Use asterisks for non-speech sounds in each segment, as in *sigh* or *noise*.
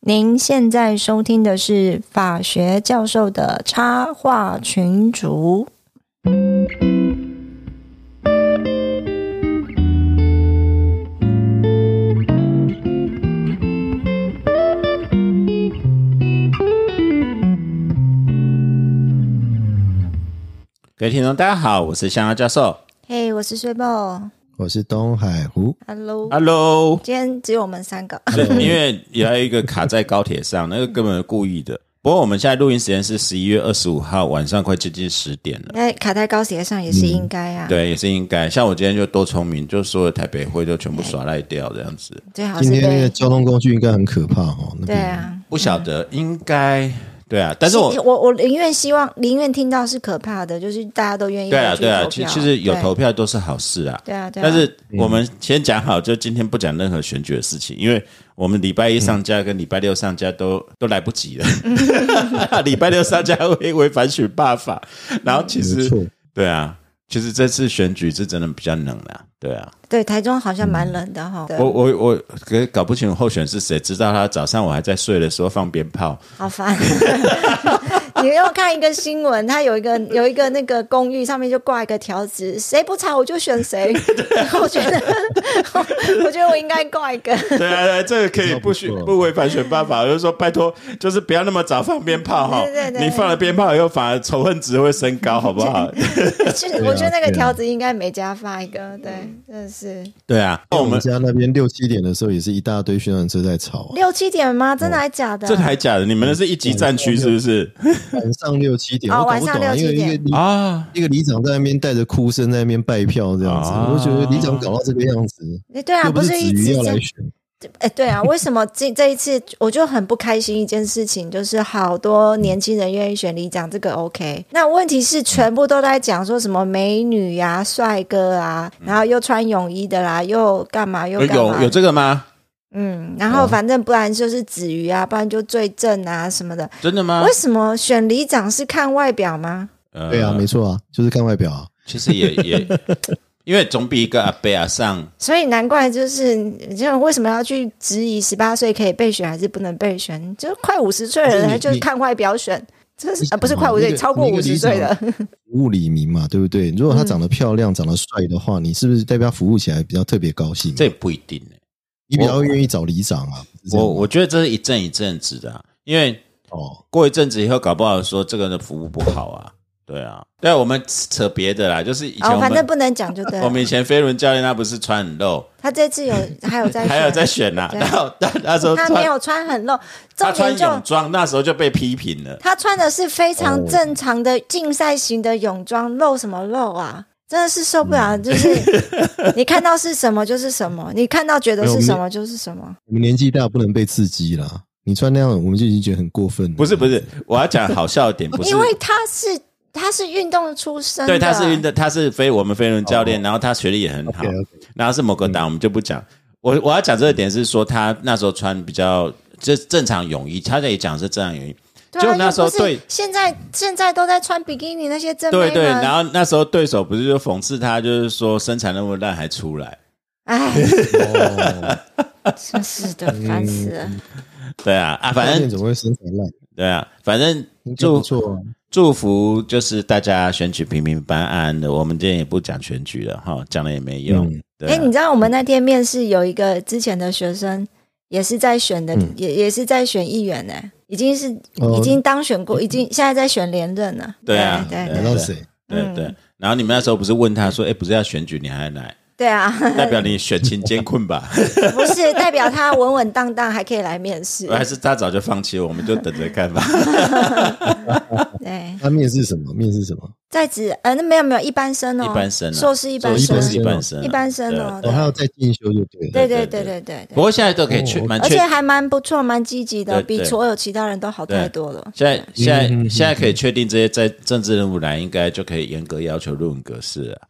您现在收听的是法学教授的插画群组。各位听众，大家好，我是香蕉教授。嘿、我是睡豹我是东海湖， ，Hello，啊 Hello，今天只有我们三个。对，因为也有一个卡在高铁上，那个根本是故意的。不过我们现在录音时间是十一月二十五号晚上，快接近十点了。那哎卡在高铁上也是应该啊，对，也是应该。像我今天就多聪明，就所有台北会就全部耍赖掉这样子。最好是今天那对个交通工具应该很可怕哦。那对边，啊。不晓得，应该对啊。但是我其我我宁愿希望宁愿听到是可怕的，就是大家都愿意对啊去对啊，投其票其实有对投票都是好事啊。对啊对啊，但是我们先讲好，就今天不讲任何选举的事情，因为我们礼拜一上架跟礼拜六上架都、 *laughs* 都来不 *laughs* 及了。礼拜六上架会违反选罢法，然后其没实错，对啊，其实这次选举是真的比较冷啦。对啊，对台中好像蛮冷的哈，对我我我可是搞不清楚候选是谁，知道他早上我还在睡的时候放鞭 *laughs* 炮，好烦。你要看一个新闻，他有一个有一个那个公寓上面就挂一个条子，谁不吵我就选 *laughs* 谁。我觉得， *laughs* 我觉得我应该挂一 *laughs* 个。对啊，对啊这个可以不许不错不违反选办法，我就说拜托，就是不要那么早放鞭炮哈。对对对你放了鞭炮以后，反而仇恨值会升高，好不 *laughs* 好？是我觉得那对啊嗯个条子应该每家发一个，对，真的是对啊，那我我们们家那边六七点的时候也是一大堆宣传车在吵、啊，六七点吗？真的还假的？这还假的，你们那是一级战区是不是？嗯晚上六七点，哦我搞不晚上懂、啊，六因七为一个里、啊，一个里长在那边带着哭声在那边拜票这样子，啊我就觉得里长搞到这个样子，哎对啊，又哦不不是一子瑜直要在来选，哎，对 *laughs* 啊，为什么这这一次我就很不开心一件事情，就是好多年轻人愿意选里长，这个 OK。那问题是，全部都在讲说什么美女呀、帅哥啊，然后又穿泳衣的啦，又干嘛又有干嘛嗯哎有有这个吗？嗯，然后反正不然就是子瑜啊，不然就最正啊什么的。真的吗为？什么选里长是看外表吗？呃对啊，没错啊，就是看外表啊，其实也 *laughs* 也，因为总比一个阿贝啊上，所以难怪就是你这样，为什么要去质疑十八岁可以被选还是不能被选？就快五十岁的人，你他就是你看外表选，这是你啊、不是快五十你一岁，个超过你一个五十岁的。哦服务里民嘛，对不对？嗯如果他长得漂亮、长得帅的话，你是不是代表服务起来比较特别高兴？啊这也不一定欸你比较愿意找里长啊？不是这样我吗我觉得这是一阵一阵子的啊，因为哦，过一阵子以后，搞不好说这个人的服务不好啊。对啊，对啊，我们扯别的啦，就是以前哦，我反正们哦不能讲就对我了。们以前飞轮教练他不是穿很露，他这次有还有在 *laughs* 还有在选，选呐，对然后他那时候他没穿有穿很露，重他点穿就泳哦装，那时候就被批评了。他穿的是非常正常的竞赛型的泳装，露什么露啊？真的是受不了，嗯就是你看到是什么就是什么，你看到觉得是什么就是什么。我们年纪大不能被刺激啦。你穿那样，我们就已经觉得很过分了。不是不是，我要讲好笑的点，不是因为他是他是运动出身的，对，他是运动，他是飞我们飞轮教练，然后他学历也很好哦 OK，OK，然后是某个党，我们就不讲。我我要讲这个点是说，他那时候穿比较就正常泳衣，他这里讲是正常泳衣，对啊，就那时候又不是对现在现在都在穿比基尼那些正妹对对。们然后那时候对手不是就讽刺他，就是说身材那么烂还出来，哎，哦，真是的，烦死了。对啊啊，反教练正怎么会身材烂？对啊，反正应该祝不错啊，祝福就是大家选举平平安安的。我们今天也不讲选举了哈，讲了也没用嗯。对哎、啊你知道我们那天面试有一个之前的学生，也是在选的，也也是在选议员呢、已经是、哦已经当选过，已经现在在选连任了。哎对啊对对难对道谁？对嗯对。然后你们那时候不是问他说，哎，不是要选举你还来？对啊， *laughs* 代表你选情艰困吧？不是代表他稳稳当当还可以来面 *laughs* 试。还是他早就放弃了，我们就等着 *laughs* 看吧。对，他面试什么？面试什么？在职呃，那没有没有一般生哦，一般生啊硕士一般硕生，士一般生啊，一般生哦，哦，还要再进修就对了。对对对对对对对对。对，不过现在都可以确哦蛮而确且，还蛮不错，蛮积极的，对对比所有其他人都好太多了。现在现在嗯嗯嗯现在可以确定这些在政治人物来，应该就可以严格要求论文格式啊了。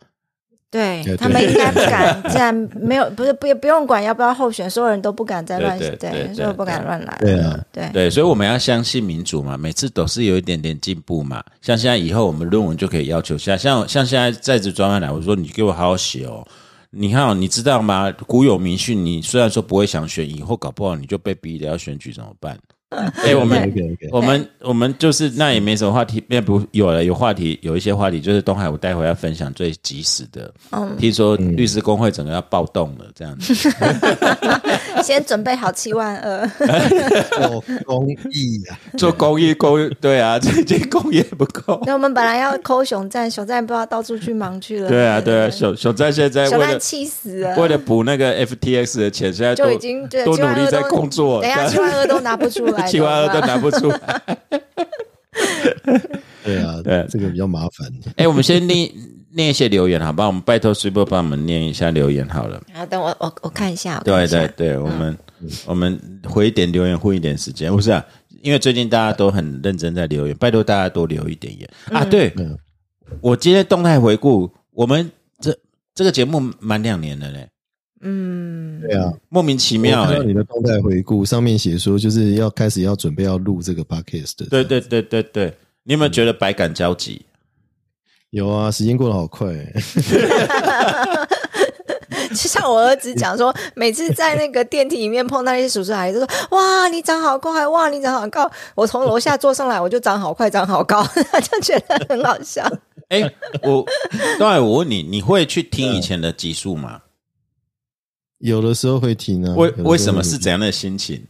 对对对他们应该不敢，这样没有不是不不用管要不要候选，所有人都不敢再乱对对对对所有不敢乱来。对啊，对对，所以我们要相信民主嘛，每次都是有一点点进步嘛。像现在以后我们论文就可以要求下，像像现在在职专案来，我说你给我好好写哦，你看、哦，你知道吗？古有名训，你虽然说不会想选，以后搞不好你就被逼的要选举，怎么 *laughs* 办？哎、我们 OK OK，我们我们就是那也没什么话题，那不有了有话题，有一些话题就是东海，我待会要分享最及时的。嗯，听说律师工会整个要暴动了，这样子。先准备好七万二， *laughs* 做公益啊， *laughs* 做公益公益， *laughs* 对啊，最近公益也不够。那我们本来要抠熊赞，熊赞不知道到处去忙 *laughs* 去了。对啊，对啊，小小张现在熊为赞了气死了，为了补那个 FTX 的钱，现在都就已经对都七万努力二在都工作，等一下七万二都拿不出来， *laughs* 七万二懂吗都拿不出来。对啊，对这个比较麻烦。 *laughs* 哎、我们先念念一些留言，好不好？我们拜托 Super 帮我们念一下留言 *laughs* 好了。好，等我我我看一下，我看对一下嗯对，对，我们、我们回一点留言，混一点时间，不是啊？因为最近大家都很认真在留言，拜托大家多留一点言、啊！对，嗯我今天动态回顾，我们这这个节目满两年了嘞，嗯，对啊，莫名其我妙哎、看到你的动态回顾上面写说，就是要开始要准备要录这个 podcast 的。对对对对对，你有没有觉得百感交集？有啊，时间过得好快、欸就像我儿子讲说，每次在那个电梯里面碰到那些叔叔阿姨，就说：“哇，你长好快，哇，你长好高。”我从楼下坐上来，我就长好快，长好高， *laughs* 就觉得很好笑。哎、我当然我问你，你会去听以前的集数吗？ *laughs* 有的时候会停啊。为有的时候为什么会是停怎样的心情？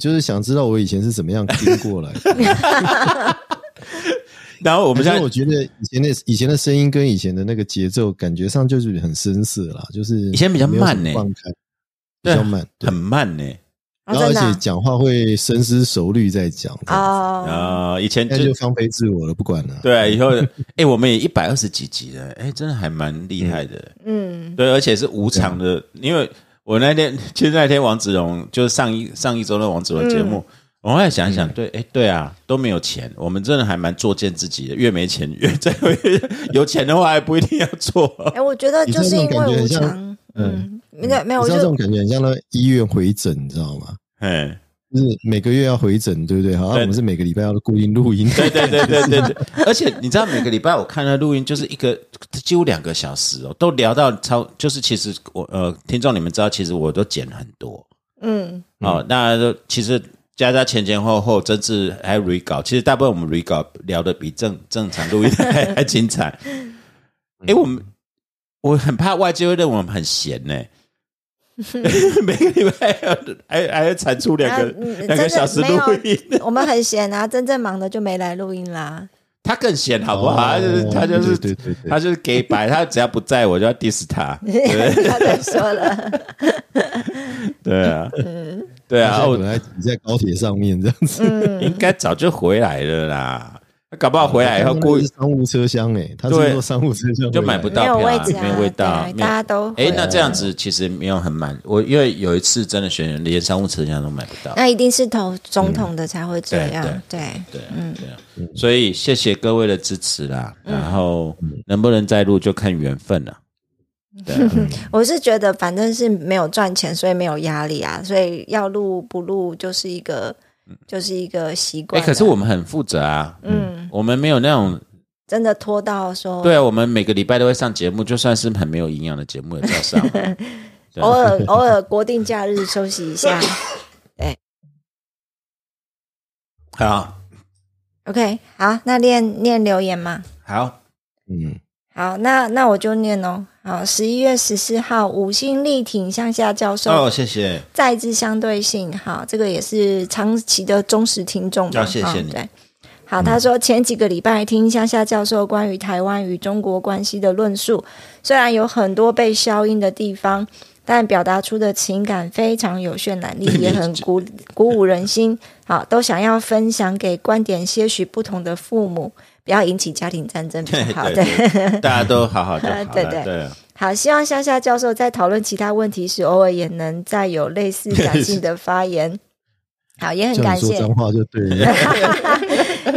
就是想知道我以前是怎么样听过来的。然后我我们现在我觉得以前的以前的声音跟以前的那个节奏，感觉上就是很生涩啦，就是以前比较慢欸放开，比对啊较慢，对很慢呢、哦然后而真的啊且讲话会深思熟虑在讲啊，哦，啊、以前现就在就放飞自我了，不管了。对啊，以后哎、诶我们也一百二十几集了，哎、真的还蛮厉害的。嗯，对，而且是无偿的，因为我那天其实那天王子荣就是上一上一周的王子荣节目，我后来想一想，对，哎，对啊，都没有钱，我们真的还蛮作践自己的，越没钱越在乎， *laughs* 有钱的话还不一定要做。哎，我觉得就是因为无常，嗯嗯，没有没有，我你知道就这啊种感觉很像那医院回诊，你知道吗？哎，就是每个月要回诊，对不对？好像对我们是每个礼拜要固定录音，对对对对对对，而且你知道每个礼拜我看他录音就是一个几乎两个小时哦，都聊到超，就是其实我呃，听众你们知道，其实我都剪很多，嗯，哦，那就其实加加前前后后，甚至还有 re 稿，其实大部分我们 re 稿聊的比正正常录音还还精彩。哎、我们我很怕外界会认为我们很闲 *laughs* 呢、每个礼拜还要还还要产出两个啊嗯两、个小时录音，我们很闲啊，真正忙的就没来录音啦。他更闲好不好？他就是他就是哦对对对对他就是给白，他只要不在我就要 diss 他。 *laughs* 他在说了，对啊，对啊，啊，我我来你在高铁上面这样子，嗯应该早就回来了啦。他搞不好回来以后故故意意商务车厢诶，他是对坐商务车厢就回来买不没到有票、位啊，置啊，没味道啊，对啊没大家都哎、会那这样子其实没有很满。我因为有一次真的选人，连商务车厢都买不到。 *laughs* 那一定是投总统的才会这样，嗯对对啊，对啊，所以谢谢各位的支持啦。嗯然后能不能再录就看缘分了。对啊、我是觉得反正是没有赚钱，所以没有压力啊，所以要录不录就是一个就是一个习哎、惯啊。嗯可是我们很负责啊，嗯，我们没有那种真的拖到说，对啊，我们每个礼拜都会上节目，就算是很没有营养的节目也照 *laughs* 上啊。对啊偶尔偶尔国定假日休息一下。啊好 *laughs* OK，好，那念念留言嘛。好，嗯，好，那那我就念哦。好，十一月十四号，五星力挺向下教授、哦，谢谢。再之相对性，好，这个也是长期的忠实听众吧，要谢谢哈你嗯对，好，他说前几个礼拜听乡下教授关于台湾与中国关系的论述，虽然有很多被消音的地方，但表达出的情感非常有渲染 *laughs* 力，也很鼓鼓舞人心。好，都想要分享给观点些许不同的父母，不要引起家庭战争比较好。 *laughs* 对大家都好好就好了。 *laughs* 对对对啊好，希望乡下教授在讨论其他问题时，偶尔也能再有类似感性的发言。好，也很叫感你说谢。脏话就对 *laughs* 了。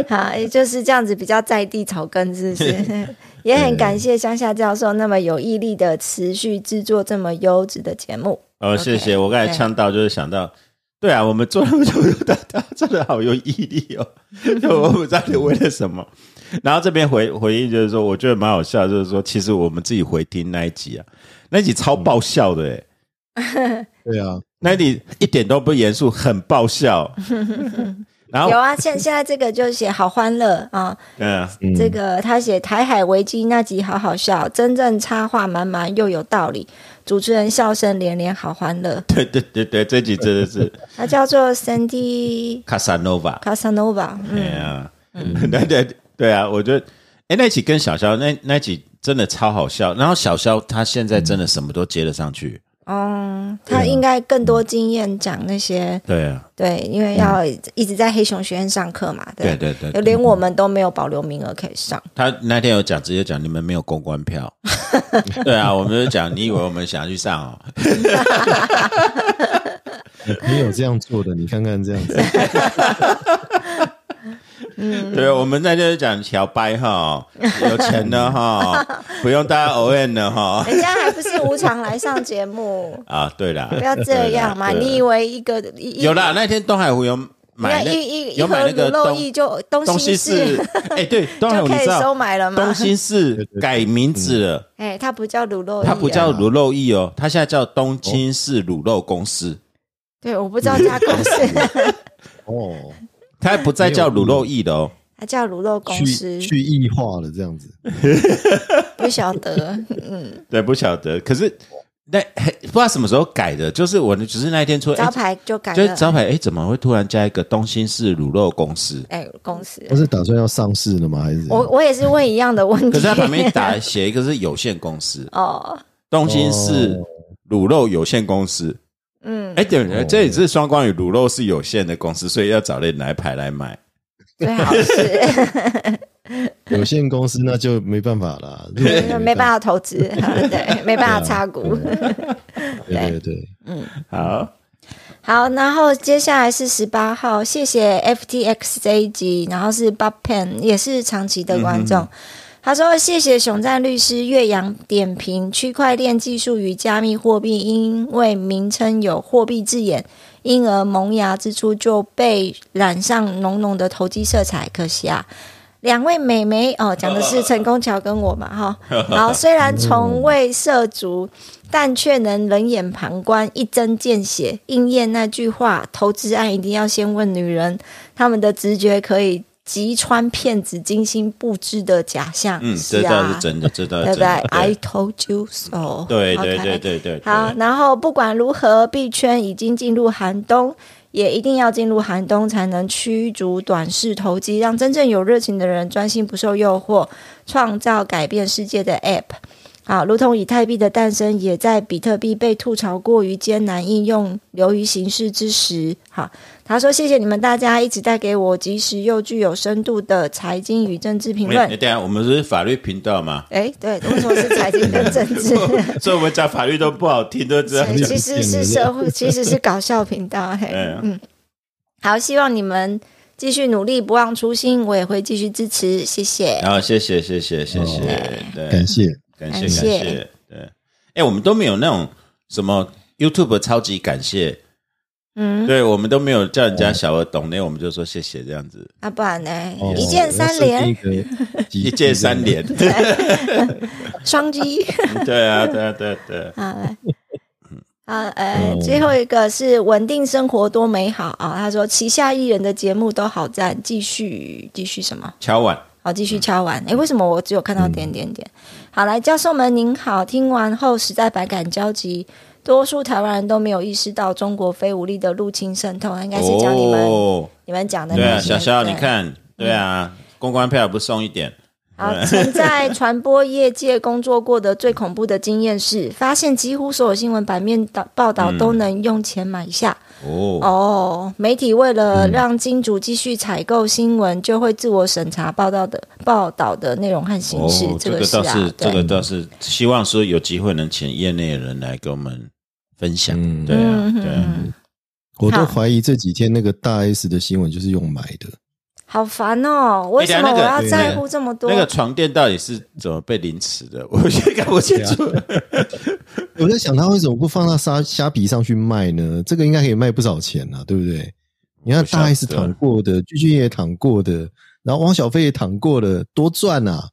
好，也就是这样子，比较在地草根，是不是？也很感谢乡下教授那么有毅力的持续制作这么优质的节目。哦， OK，谢谢。我刚才对呛到，就是想到，对啊，我们做那么久，大家 *laughs* 真的好有毅力 *laughs* 哦。我不知道你为了什么。然后这边回回应就是说，我觉得蛮好笑，就是说，其实我们自己回听那一集啊，那一集超爆笑的、欸，对啊，那一集一点都不严肃，很 *laughs* 爆笑。然后有，啊，现现在这个就写好欢乐啊，嗯，嗯这个他写台海危机那集好好笑，真正插话满满又有道理，主持人笑声连连，好欢乐。对对对对，这集真的 *laughs* 是他叫做 Sandy Casanova。 Casanova，哎嗯，呀， *laughs* 对对对啊，我觉得，哎，那一集跟小肖那那一集真的超好笑。然后小肖他现在真的什么都接得上去，嗯哦，他应该更多经验讲那些，对啊，对，因为要一直在黑熊学院上课嘛，对对对嗯对，连我们都没有保留名额可以 *laughs* 上，他那天有讲，直接讲你们没有公 *laughs* 关票。对啊，我们就讲，你以为我们想去上哦？你有这样做的，你看看这 *laughs* 样子，嗯对，啊我们那天就讲小白哈，有钱的 *laughs* 哈，不用大家 O N 的哈。，人家还不是无偿来上节目 *laughs* 啊，对啦，不要这样嘛！对啦你以为一个一一有啦，那天东海湖有没买那有啊一一一有买盒那个卤肉东意就东东西西市市，哎，对，东海就湖你可以知收道买了吗 *laughs* 东？西市改名字了，哎，它不叫卤肉意，它不叫，卤肉意啊哦，它现在叫东京市卤肉公哦司，对，我不知道这家公 *laughs* 司， *laughs* 哦，它不再叫卤肉意了哦。它叫卤肉公司去，去异化了这样子，不晓 *laughs* 得，哎嗯，对，不晓得，可是那嘿不知道什么时候改的，就是我只是那一天出来，招哎牌就改就是了，招牌，哎，怎么会突然加一个东兴市卤肉公司？ *laughs* 哎，公司，他哦是打算要上市了吗？还是怎样我我也是问一样的问题，可是它旁边打写一个是有限公司， *laughs* 哦，东兴市卤肉有限公司。嗯，哎，对，这里是双关语，卤肉是有限的公司，所以要找人来牌来买。最好是有限公司那就没办法啦，如 *laughs* 果没办法投资， *laughs* 对，没办法插股。啊法，对对对，好， *laughs* 好，然后接下来是十八号，谢谢 FTX 这一集，然后是 Bob Pen 也是长期的观嗯众。他说：“谢谢熊赞律师岳阳点评区块链技术与加密货币，因为名称有货币字眼，因而萌芽之初就被染上浓浓的投机色彩，可惜啊。”两位美眉哦，讲的 *laughs* 是陈功桥跟我嘛哈。好，虽然从未涉足，但却能冷眼旁观，一针见血，应验那句话：投资案一定要先问女人，她们的直觉可以击穿骗子精心布置的假象。嗯，是这倒啊是，真的，这倒是对真不对的。 ？I told you so 对 OK。哎对对对对，对好，然后不管如何，币圈已经进入寒冬，也一定要进入寒冬，才能驱逐短视投机，让真正有热情的人专心不受诱惑，创造改变世界的 App。好，如同以太币的诞生，也在比特币被吐槽过于艰难应用流于形式之时。好，他说：“谢谢你们大家一直带给我及时又具有深度的财经与政治评没有论。等一下我们是法律频 *laughs* 道嘛”，哎，对，为什么是财经跟政 *laughs* 治？所以我们讲法律都不好听，啊都知道。对其实是社会，其实是搞笑频道。嘿，啊嗯嗯，好，希望你们继续努力，不忘初心，我也会继续支持，谢谢。然后谢谢谢谢谢谢，对，感谢，哦感谢感感谢谢，对。哎，我们都没有那种什么 YouTube 超级感谢，嗯，哦对我们都没有叫人家小额懂那我们就说谢谢这样子，那、啊不然呢？哦一键三那连， *laughs* 设定一个集一键三连， *laughs* *laughs* 双击 *laughs* 对啊对啊对啊对啊，啊。来 *laughs* 啊，呃，嗯哦最后一个是稳定生活多美好啊！他说旗下艺人的节目都好赞，继续继续什么？敲碗。好，继嗯续敲完。诶，为什么我只有看到点点点？好，来，教授们您好，听完后实在百感交集。多数台湾人都没有意识到中国非武力的入侵渗透，应该是讲你们、哦，你们讲的对那啊，些。小肖对嗯你，看，对啊，公关票不送一点，好，曾在传播业界工作过的最恐怖的经验是，发现几乎所有新闻版面的报道都能用钱买下。哦，嗯哦，媒体为了让金主继续采购新闻，就会自我审查报道的报道的内容和形式，哦，这个个倒啊，是，对这个倒是，希望说有机会能请业内的人来跟我们分享，嗯对啊嗯，对啊，嗯我好都怀疑这几天那个大 S 的新闻就是用买的，好烦哦！为什么那我个要在乎这么多？那个床垫到底是怎么被凌迟的？ *laughs* 我现在搞不清啊楚。我在想他为什么不放到虾虾皮上去卖呢？这个应该可以卖不少钱啊，对不对？你看大 S 躺过的，鞠婧祎也躺过的，然后汪小菲也躺过的，多赚啊！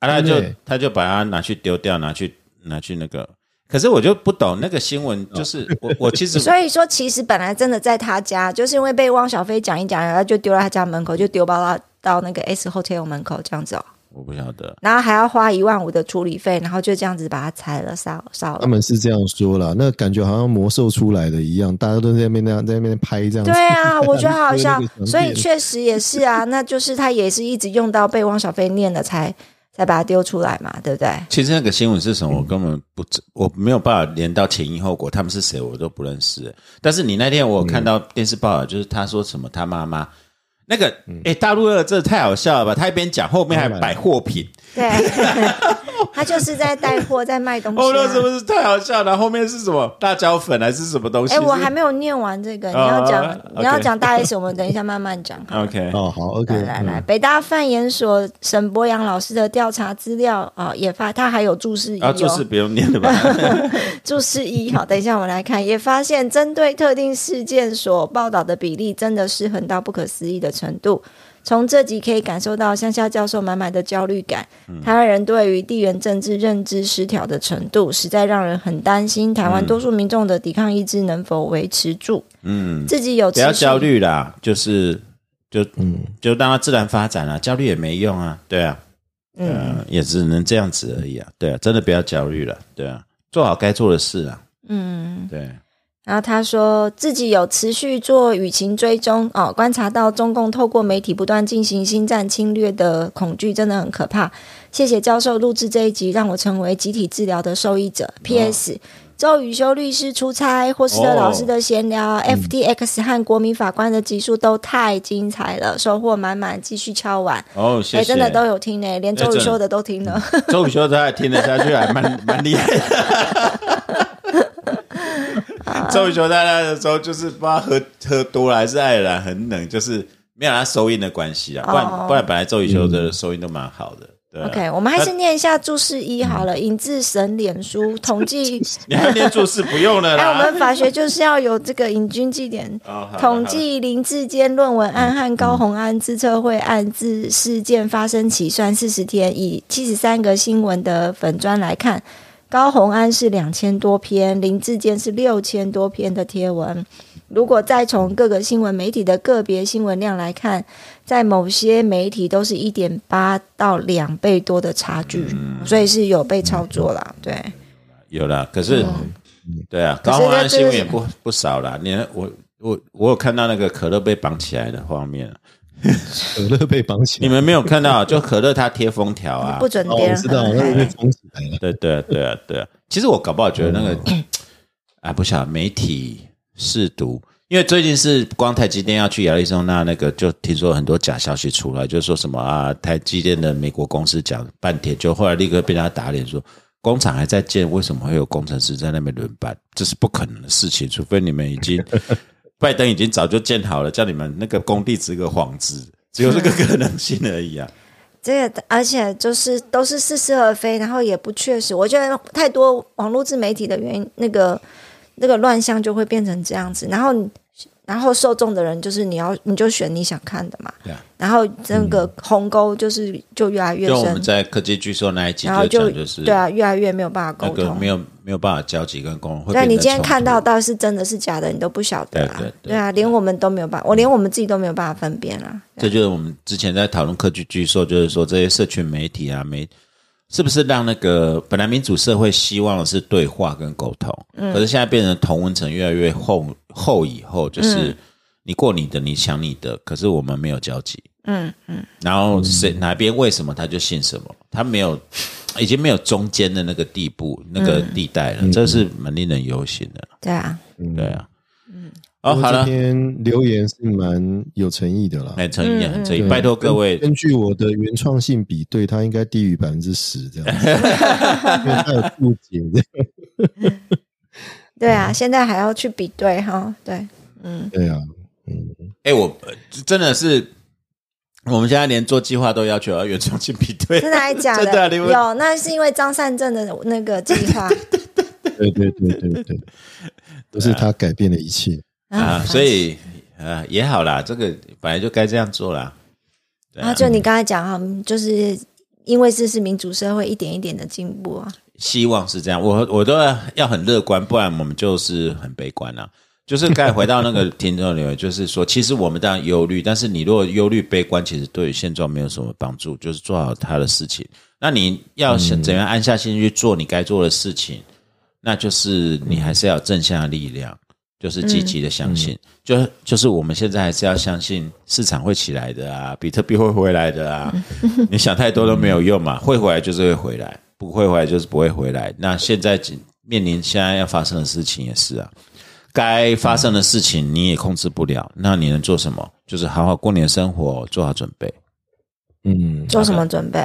啊，他就对他就把它拿去丢掉，拿去拿去那个。可是我就不懂那个新闻，就是我我其实哦 *laughs* 所以说，其实本来真的在他家，就是因为被汪小菲讲一讲，然后就丢到他家门口，就丢包到到那个 S Hotel 门口这样子哦。我不晓得，然后还要花一万五的处理费，然后就这样子把它拆了、烧烧嗯他了。们是这样说啦，那感觉好像魔兽出来的一样，大家都在那边那样在那边拍这样子。对啊，我觉得好 *laughs* 笑那个，所以商店确实也是啊，那就是他也是一直用到被汪小菲念了才才把它丢出来嘛，对不对？其实那个新闻是什么，我根本不知，我没有办法连到前因后果，他们是谁我都不认识。但是你那天我有看到电视报道，就是他说什么他妈妈那个，哎、大陆二这太好笑了吧？他一边讲，后面还摆货品，对， *laughs* 他就是在带货，在卖东哦，那是西、不啊。是太好笑了？然后后面是什么辣椒粉还是什么东西？哎，我还没有念完这个，你要讲、哦你要 OK 讲大 S，我们等一下慢慢讲好了。 OK，哦，好，OK，来来来，北大范研所沈博洋老师的调查资料啊、也发他还有注释一、哦啊，就是不用念了吧？注释一，好，等一下我们来看，也发现针对特定事件所报道的比例真的失衡到不可思议的程度。从这集可以感受到乡下教授满满的焦虑感，嗯台湾人对于地缘政治认知失调的程度，实在让人很担心台嗯湾多数民众的抵抗意志能否维持住。嗯，自己有不要持续焦虑啦，就是就嗯，就让它自然发展啦、焦虑也没用啊，对啊，嗯、也只能这样子而已啊，对啊，真的不要焦虑了，对啊，做好该做的事啊，嗯，对，然后他说自己有持续做舆情追踪哦，观察到中共透过媒体不断进行新战侵略的恐惧真的很可怕。谢谢教授录制这一集，让我成为集体治疗的受益者。P.S. 嗯周宇修律师出差，霍斯特老师哦的闲聊、f 嗯 t x 和国民法官的集数都太精彩了，收获满满，继续敲碗。哦，谢哎哎，谢，真的都有听呢，连周宇修的都听了。 *laughs* 周宇修他还听得下去，还啊蛮 *laughs* 蛮厉害的。周宇修他那的时候，就是不知道喝喝多了还是爱尔兰很冷，就是没有他收音的关系啊，不然、哦不然本来周宇修的收音都蛮好的。对啊 *laughs* OK，我们还是念一下注释一好了，引自神脸书统计。你还念嗯 *laughs* 注释不用了 *laughs* 哎，啦。哦我们法学就是要有这个引经据典哦好的，统计林志坚论文案和高红安自测会案自事件发生起算四十天，以七十三个新闻的粉砖来看，高红安是两千多篇，林志坚是六千多篇的贴文。如果再从各个新闻媒体的个别新闻量来看，在某些媒体都是一点八到两倍多的差距，嗯所以是有被操作啦。对，有啦，可是、对啊，高嗯是洪这安这新闻是也不不少啦。你我我我有看到那个可乐被绑起来的画面，啊可乐被绑起你来，们没有 *laughs* 看到？就可乐他贴封条啊不，准哦，别我人知道，那哎个被封起来了。对对啊对啊对啊。其实我搞不好觉得那个嗯啊，不晓得媒体试读，因为最近是光台积电要去亚利桑那，那个就听说很多假消息出来，就说什么啊，台积电的美国公司讲半天，就后来立刻被他打脸说。工厂还在建，为什么会有工程师在那边轮班？这是不可能的事情，除非你们已 *laughs* 经拜登已经早就建好了，叫你们那个工地只是个幌子，只有这个可能性而 *laughs* 已啊。这个，而且就是都是似是而非，然后也不确实。我觉得太多网络自媒体的原因，那个那个乱象就会变成这样子。然后你，然后受众的人就是你要，你就选你想看的嘛。对啊然后那个鸿沟就是就越来越就我深们，在科技巨兽那一集然后就就讲，就是对啊，越来越没有办法沟那个通。没有没有办法交集跟沟通，会对啊，变你成今天冲看突到到底是真的是假的，你都不晓得啊。对对对啊，连我们都没有办法，我连我们自己都没有办法分辨啊。这就是我们之前在讨论科技巨兽，就是说这些社群媒体啊，媒是不是让那个本来民主社会希望的是对话跟沟通，嗯可是现在变成同温层越来越厚厚以后，嗯就是你过你的，你想你的，可是我们没有交集，嗯嗯，然后谁哪边为什么他就信什么，他没有 *coughs* 已经没有中间的那个地步那个嗯地带嗯了，这是蛮令人忧心的，对啊，对啊，嗯，哦，好了哎今。天留言是蛮有诚意的啦。很诚意，很诚意，对拜托各位，根据我的原创性比对，它应该低于百分之十 *laughs* 这样子，因为它有误解的。对啊，嗯现在还要去比对哈，对。对啊，哎、我呃真的是，我们现在连做计划都要求要原创性比对，真的还是假 *laughs* 真的啊的？你们有，那是因为张善政的那个计划对对对对对，都是他改变了一切。 *laughs* 啊，烦所以啊也好啦，这个本来就该这样做啦。对啊啊然后就你刚才讲哈，就是因为这是民主社会一点一点的进步啊，希望是这样，我我都要要很乐观，不然我们就是很悲观啊。就是该回到那个听众留言，就是说，其实我们当然忧虑，但是你如果忧虑悲观，其实对于现状没有什么帮助，就是做好他的事情。那你要想怎样安下心去做你该做的事情，那就是你还是要有正向的力量，就是积极的相信，就就是我们现在还是要相信市场会起来的啊，比特币会回来的啊，你想太多都没有用嘛，会回来就是会回来，不会回来就是不会回来。那现在紧面临现在要发生的事情也是啊。该发生的事情你也控制不了，那你能做什么？就是好好过年生活，做好准备， *laughs* 嗯，做什么准备？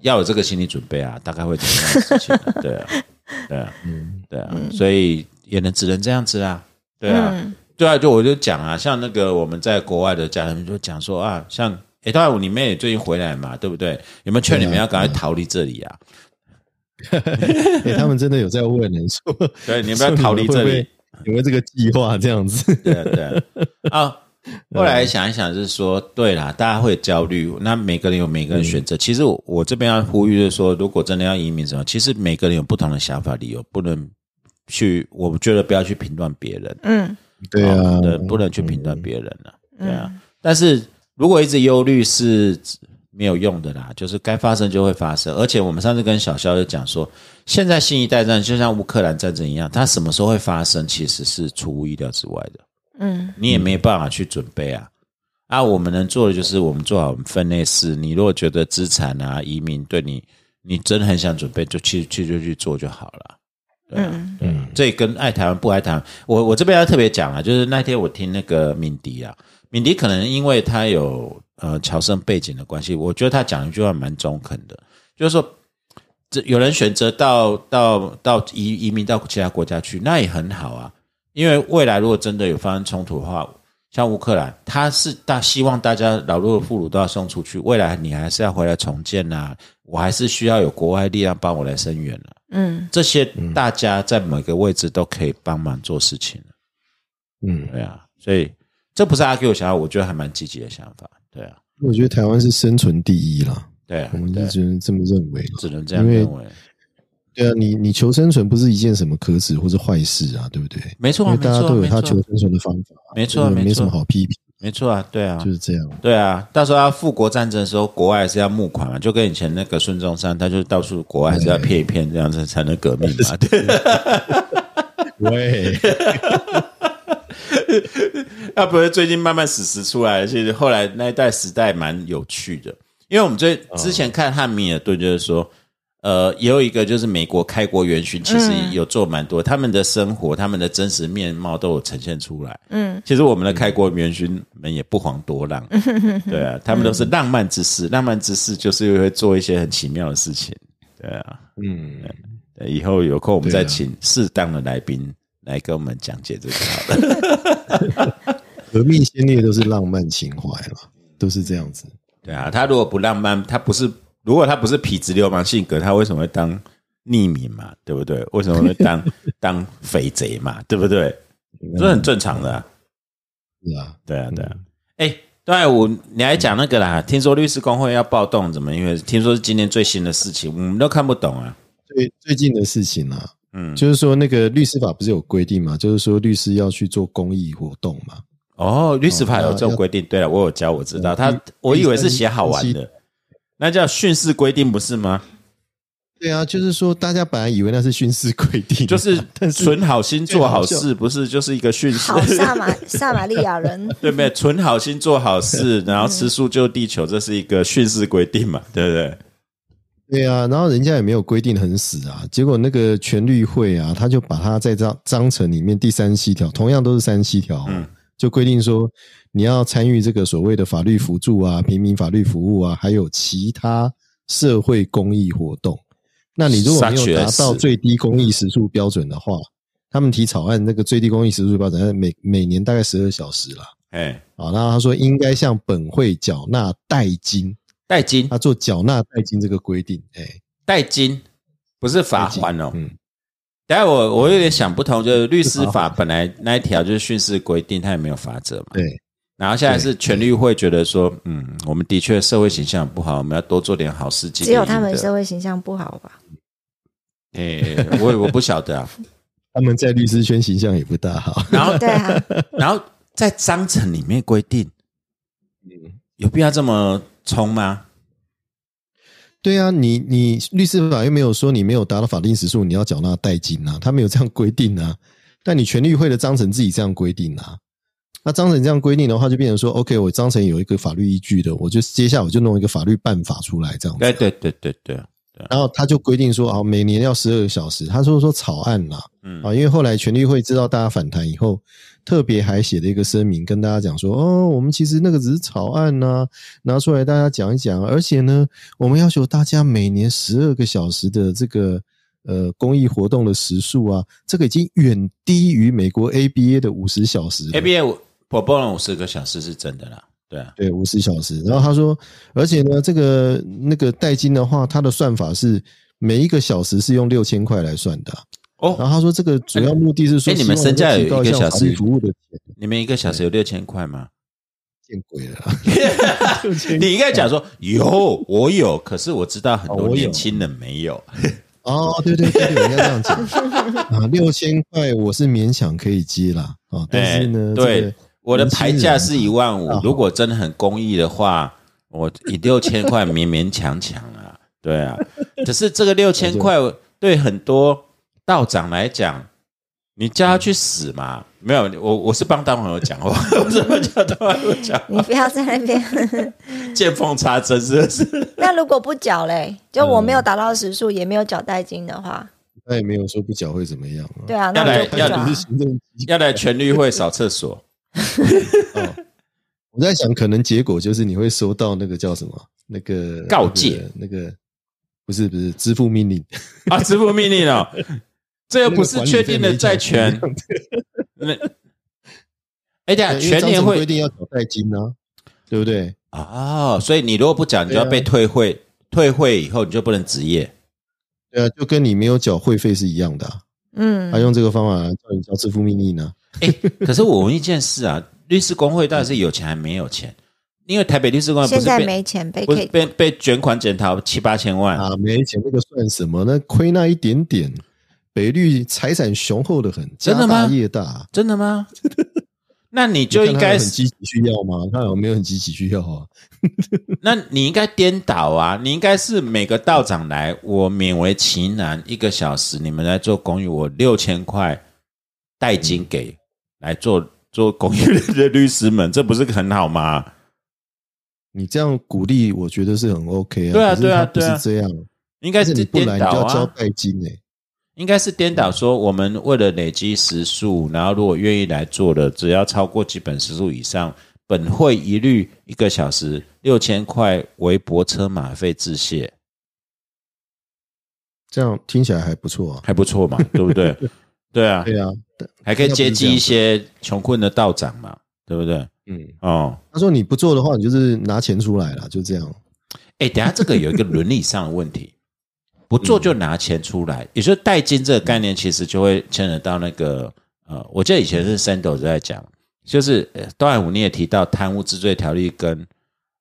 要有这个心理准备 *laughs* 啊，大概会怎么样的事情、啊？对 *laughs* 啊，对啊，嗯，对啊，所以也能只能这样子啦，对啊，对啊，就我就讲啊，像那个我们在国外的家人就讲说啊，像诶，当然你妹也最近回来嘛，对不对？啊嗯有没有劝你们要赶快逃离这里 *laughs* 啊？欸他们真的有在问你说，对， *laughs* 你们要逃离这里。有没有这个计划这样子？ *laughs* 对啊，对啊。 *laughs* 啊，后来想一想，是说对啦，大家会焦虑，那每个人有每个人选嗯择。其实我我这边要呼吁的是说，如果真的要移民什么，其实每个人有不同的想法、理由，不能去，我觉得不要去评断别人，嗯对啊，嗯对，不能去评断别人了、对啊。但是如果一直忧虑是没有用的啦，就是该发生就会发生。而且我们上次跟小肖就讲说，现在新一代战就像乌克兰战争一样，它什么时候会发生，其实是出乎意料之外的。嗯你也没办法去准备啊。啊，我们能做的就是我们做好我们分内事。你如果觉得资产啊、移民对你，你真的很想准备，就去去就去做就好了。啊嗯这跟爱台湾不爱台湾，我我这边要特别讲啊，就是那天我听那个敏迪啊，敏迪可能因为他有呃侨生背景的关系，我觉得他讲一句话蛮中肯的，就是说，这有人选择到到到移移民到其他国家去，那也很好啊，因为未来如果真的有发生冲突的话，像乌克兰，他是大希望大家老弱妇孺都要送出去，未来你还是要回来重建呐、我还是需要有国外力量帮我来声援啊。嗯这些大家在每个位置都可以帮忙做事情了嗯，对啊，所以这不是阿 Q 的想法，我觉得还蛮积极的想法，对啊，我觉得台湾是生存第一啦，对啊我，们对一，直这么认为啦。只能这样认为，对啊，你你求生存不是一件什么可耻或者坏事啊，对不对？没错啊，因为没大家错啊，都有没他求错啊，生存的方法，没错啊对不对没没错什么好批评，没错啊，对啊就，是这样。对啊，到时候要复国战争的时候，国外还是要募款嘛，就跟以前那个孙中山，他就到处国外还是要骗一骗，这样子才能革命嘛， *laughs* 对， *laughs* 喂，要啊不是最近慢慢史实出来，其实后来那一代时代蛮有趣的，因为我们最之前看汉密尔顿就是说，呃，也有一个就是美国开国元勋，其实有做蛮多，他们的生活、他们的真实面貌都有呈现出来。嗯其实我们的开国元勋们也不遑多让，对啊，他们都是浪漫之士，浪漫之士就是会做一些很奇妙的事情，对啊。嗯，呃以后有空我们再对啊请适当的来宾来跟我们讲解这个好了。 *laughs* 革命先烈都是浪漫情怀啦，都是这样子。对啊，他如果不浪漫，他不是如果他不是痞子流氓性格，他为什么会当匿名嘛？对不对？为什么会 *laughs* 当当匪贼嘛？对不对？嗯这很正常的啊、是啊，对啊，对啊。哎、对啊我你还讲那个啦？听说律师工会要暴动，怎么？因为听说是今年最新的事情，我们都看不懂啊。最最近的事情啊，嗯，就是说那个律师法不是有规定嘛，就是说律师要去做公益活动嘛。哦，律师法有这种规定。对啊了，我有教，我知嗯道。他我以为是写好玩的，那叫训示规定不是吗？对啊，就是说大家本来以为那是徇私规定，啊就是 *laughs* 但是存好心做好最好事，不是就是一个训示好撒玛撒玛利亚人， *laughs* 对不对？存好心做好事，然后吃素救地球，这是一个训示规定嘛，对不对？对啊，然后人家也没有规定得很死啊，结果那个全律会啊，他就把他在章章程里面第三十七条，同样都是三十七条、嗯就规定说你要参与这个所谓的法律辅助啊、平民法律服务啊，还有其他社会公益活动。那你如果没有达到 Such as 最低公益时数标准的话，他们提草案那个最低公益时数标准，每每年大概十二小时啦。哎，啊，那他说应该向本会缴纳代金，代金他做缴纳代金这个规定，哎、代金不是罚款哦。嗯，等一下我我有点想不通，就是律师法本来那一条就是训示规定，它也没有法则嘛。对，然后现在是全律会觉得说，嗯，我们的确社会形象不好，我们要多做点好事积只极阴德。有他们社会形象不好吧？哎、我也我不晓得啊。他们在律师圈形象也不大好。然后 *laughs* 对啊，然后在章程里面规定，有必要这么冲吗？对啊，你你律师法又没有说你没有达到法定时数，你要缴纳代金啊，他没有这样规定啊。但你权利会的章程自己这样规定啊。那章程这样规定的话，就变成说，OK，我章程有一个法律依据的，我就接下来我就弄一个法律办法出来这样子。哎对对对对对，然后他就规定说，啊，每年要十二个小时。他说说草案啦、嗯啊，因为后来权力会知道大家反弹以后，特别还写了一个声明跟大家讲说，哦，我们其实那个只是草案呐、拿出来大家讲一讲，而且呢，我们要求大家每年十二个小时的这个呃公益活动的时数啊，这个已经远低于美国 ABA 的五十小时了 A 哎 B A 我波了五十个小时是真的啦，对啊，对，五十小时。然后他说，而且呢，这个那个代金的话，它的算法是每一个小时是用六千块来算的啊、然哦，后他说，这个主要目的是说，哎你们身价有一个小时服务的钱，你们一个小时有六千块吗？见鬼了啊！你应该讲说有，我有，可是我知道很哦我多有年轻人没有。哦，对对对对，应该这样 *laughs* 讲啊，六千块我是勉强可以接啦啊，但是呢，哎对，这个我的牌价是一万五啊，如果真的很公益的话，我以六千块勉勉强强啊，对啊。可是 *laughs* 这个六千块对很多道长来讲，你叫他去死嘛？没有，我我是帮道朋友讲话， *laughs* 我怎么叫道朋友讲话？你不要在那边。 *laughs* 见缝插针是不是？那如果不缴嘞，就我没有达到时数，也没有缴代金的话，他也没有说不缴会怎么样啊，对啊，那要来我就不缴要啊来是。行政机要来全律会扫厕所，我在想，可能结果就是你会收到那个叫什么那个告诫，那个那个不是不是支付命令，啊，支付命令哦，这又不是确定的债 *laughs* 权。那，哎呀，对因为全章年程会规定要缴代金啊，对不对？哦，所以你如果不讲，你就对啊要被退会，退会以后你就不能执业。对啊，就跟你没有缴会费是一样的、啊，嗯他、，用这个方法来叫你交支付命令呢、哎，可是我问一件事啊，律师工会到底是有钱还没有钱？因为台北律师工会不现是在被没钱被哎不是 K 被被卷款检讨七八千万，啊，没钱那个算什么？那亏那一点点。北绿财产雄厚的很，真的家吗大业大，真的 *laughs* 吗？那你就你看应他该有很积极需要吗？他有没有很积极需要啊？那你应该颠倒啊！你应该是每个道长来，我勉为其难一个小时，你们来做公益，我六千块代金给、嗯来做做公益的律师们，这不是很好吗？你这样鼓励，我觉得是很 OK 啊。对啊可是他对啊对啊不是这样，应该但是你不颠来，你倒就要交啊！代金欸诶、应该是颠倒说，我们为了累积时数，然后如果愿意来做的，只要超过基本时数以上，本会一律一个小时六千块微薄车马费致谢。这样听起来还不 *laughs* 错啊。还不错嘛，对不对？ *laughs* 对啊，对啊，还可以接济一些穷困的道长嘛，对不对？嗯，哦，他说你不做的话，你就是拿钱出来了，就这样。哎，等一下这个有一个伦理上的问题，不做就拿钱出来，也就是代金这个概念，其实就会牵扯到那个呃，我记得以前是 Sando 在讲，就是呃东海武你也提到贪污治罪条例跟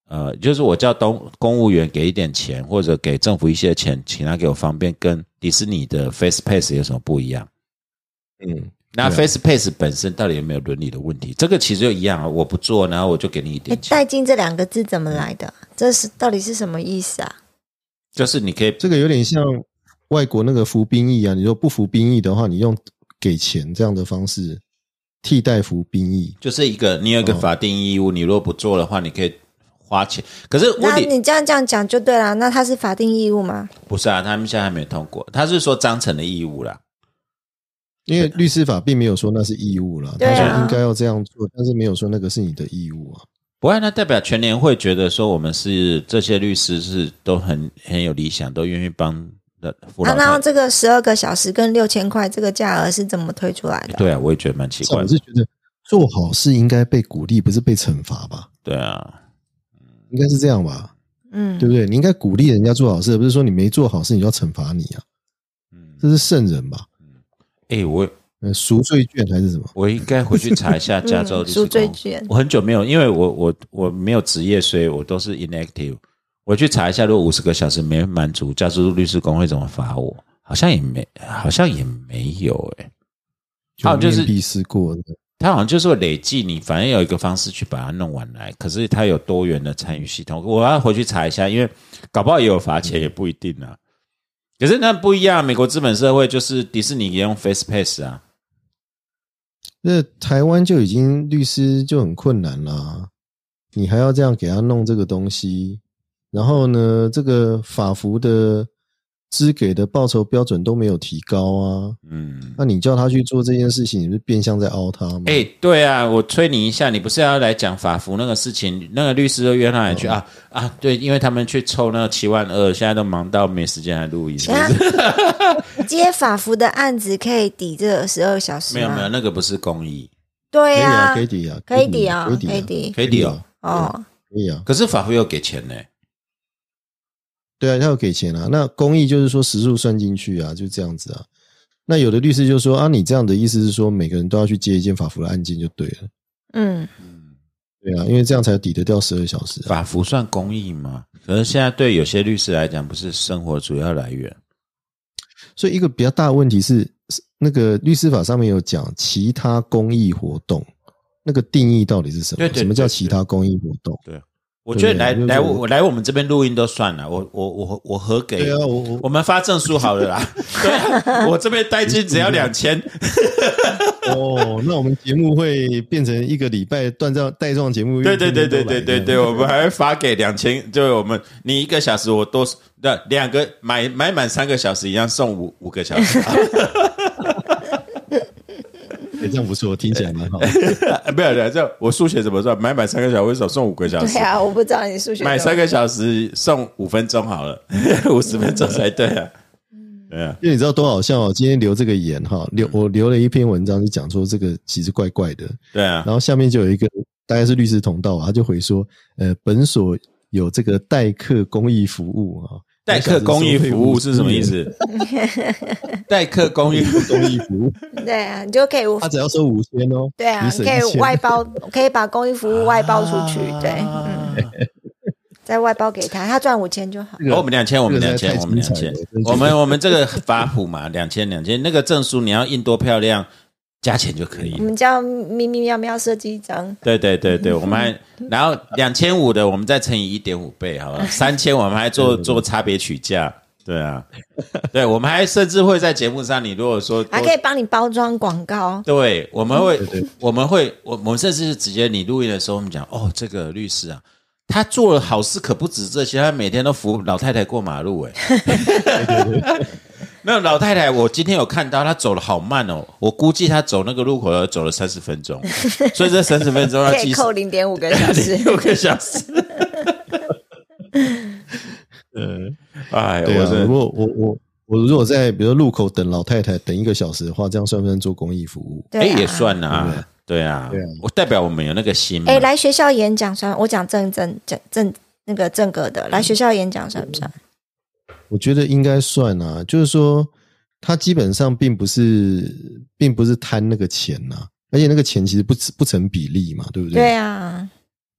呃，就是我叫东公务员给一点钱，或者给政府一些钱，请他给我方便，跟迪士尼的 Face Pass 有什么不一样？嗯，那对 Face Pass 本身到底有没有伦理的问题？这个其实就一样啊，我不做，然后我就给你一哎点钱，代金这两个字怎么来的？这是到底是什么意思啊？就是你可以这个有点像外国那个服兵役啊。你说不服兵役的话，你用给钱这样的方式替代服兵役。就是一个你有一个哦法定义务，你如果不做的话，你可以花钱。可是问那题你这样这样讲就对了，那它是法定义务吗？不是啊，他们现在还没有通过，他是说章程的义务啦。因为律师法并没有说那是义务啦，对他啊说应该要这样做，但是没有说那个是你的义务啊。不过那代表全联会觉得说，我们是这些律师是都很很有理想，都愿意帮的父啊，老那太太。这个十二个小时跟六千块这个价额是怎么推出来的？对啊，我也觉得蛮奇像怪我的。是觉得做好事应该被鼓励，不是被惩罚吧？对啊，应该是这样吧，嗯对，不对？你应该鼓励人家做好事，而不是说你没做好事你就要惩罚你啊。嗯，这是圣人吧？哎、我呃，赎罪券还是什么？我应该回去查 *laughs* 一下加州律嗯师赎罪公券我很久没有，因为我我我没有职业，所以我都是 inactive。我去查一下，如果五十个小时没满足，加州律师工会怎么罚我？好像也没，好像也没有哎、就啊就是面壁思过的，他好像就是会累计你，反正有一个方式去把它弄完来。可是他有多元的参与系统，我要回去查一下，因为搞不好也有罚钱，也不一定啊。可是那不一样，美国资本社会就是迪士尼也用 Face Pass 啊，那台湾就已经律师就很困难啦，你还要这样给他弄这个东西，然后呢，这个法服的支给的报酬标准都没有提高啊，嗯，那你叫他去做这件事情，你不是变相在凹他吗？哎、对啊，我催你一下，你不是要来讲法服那个事情？那个律师都约他来哦去、啊啊，对，因为他们去凑那个七万二，现在都忙到没时间来录音。等一下接法服的案子可以抵这十二小时吗没有没有，，那个不是公益，对可以呀、啊，可以抵啊，可以抵啊，可以抵啊，可以抵可以哦。哦。可以啊，可是法服有给钱呢、对啊，他要给钱啊。那公益就是说时数算进去啊，就这样子啊。那有的律师就说啊，你这样的意思是说每个人都要去接一件法服的案件就对了，嗯，对啊，因为这样才抵得掉十二小时、啊。法服算公益吗？可是现在对有些律师来讲，不是生活主要来源。所以一个比较大的问题是，是那个律师法上面有讲其他公益活动，那个定义到底是什么？对对什么对叫对其他公益活动？我觉得来对啊来就是我来我们这边录音都算了，我我我我合给，对啊，我我我们发证书好了 *laughs* 啦。对啊，我这边代金只要两千，哦，那我们节目会变成一个礼拜断状带状节目，对对对对对因为天天对都对，来我们还会发给两千，就是我们你一个小时我多那两个买买满三个小时一样送五五个小 *laughs* 时，这样哎这样不错，听起来蛮好。没有的，这我数学怎么算？买满三个小时为什么送五个小时对？啊，我不知道你数学买怎么三个小时送五分钟好了， *laughs* 五十分钟才对啊。对啊，因为你知道多好笑哦，今天留这个言哈，留我留了一篇文章，就讲说这个其实怪怪的，对啊。然后下面就有一个大概是律师同道啊，他就回说，呃，本所有这个代客公益服务啊，代客公益服务是什么意？思？代客公益， *laughs* 公益服 *laughs* 务，对啊，你就可以他只要收五千哦。对啊，你你省可一以千外包，可以把公益服务外包出去，对，嗯，啊再外包给他，他赚五千就好。这个哦我们两千，我们两千，这我个们实在两千太精彩了，我们我们这个法普嘛，两千两千，那个证书你要印多漂亮，加钱就可以我。们叫咪咪喵喵设计一张，对对对对，我们嗯还然后两千五的，我们再乘以一点五倍，好吧？三千我们还做做差别取价，对啊，对，我们还甚至会在节目上，你如果说还多可以帮你包装广告。对，我们会，对我们会，我我们甚至是直接你录音的时候，我们讲哦，这个律师啊，他做了好事可不止这些，他每天都扶老太太过马路，哎， *laughs* 那老太太，我今天有看到她走的好慢哦，我估计她走那个路口要走了三十分 *laughs* 钟，所以这三十分钟要可计以时扣零点五个小 *laughs* 时，六个小时。呃，哎，对我啊，真如的果我我我如果在比如路口等老太太等一个小时的话，这样算不算做公益服务？哎对啊，也算啊，对啊对啊，我代表我们有那个心嘛哎，，来学校演讲算，我讲正正正正那个正格的，来学校演讲算不算？我觉得应该算啊，就是说他基本上并不是并不是贪那个钱呐、而且那个钱其实不不成比例嘛，嗯对不对？对啊，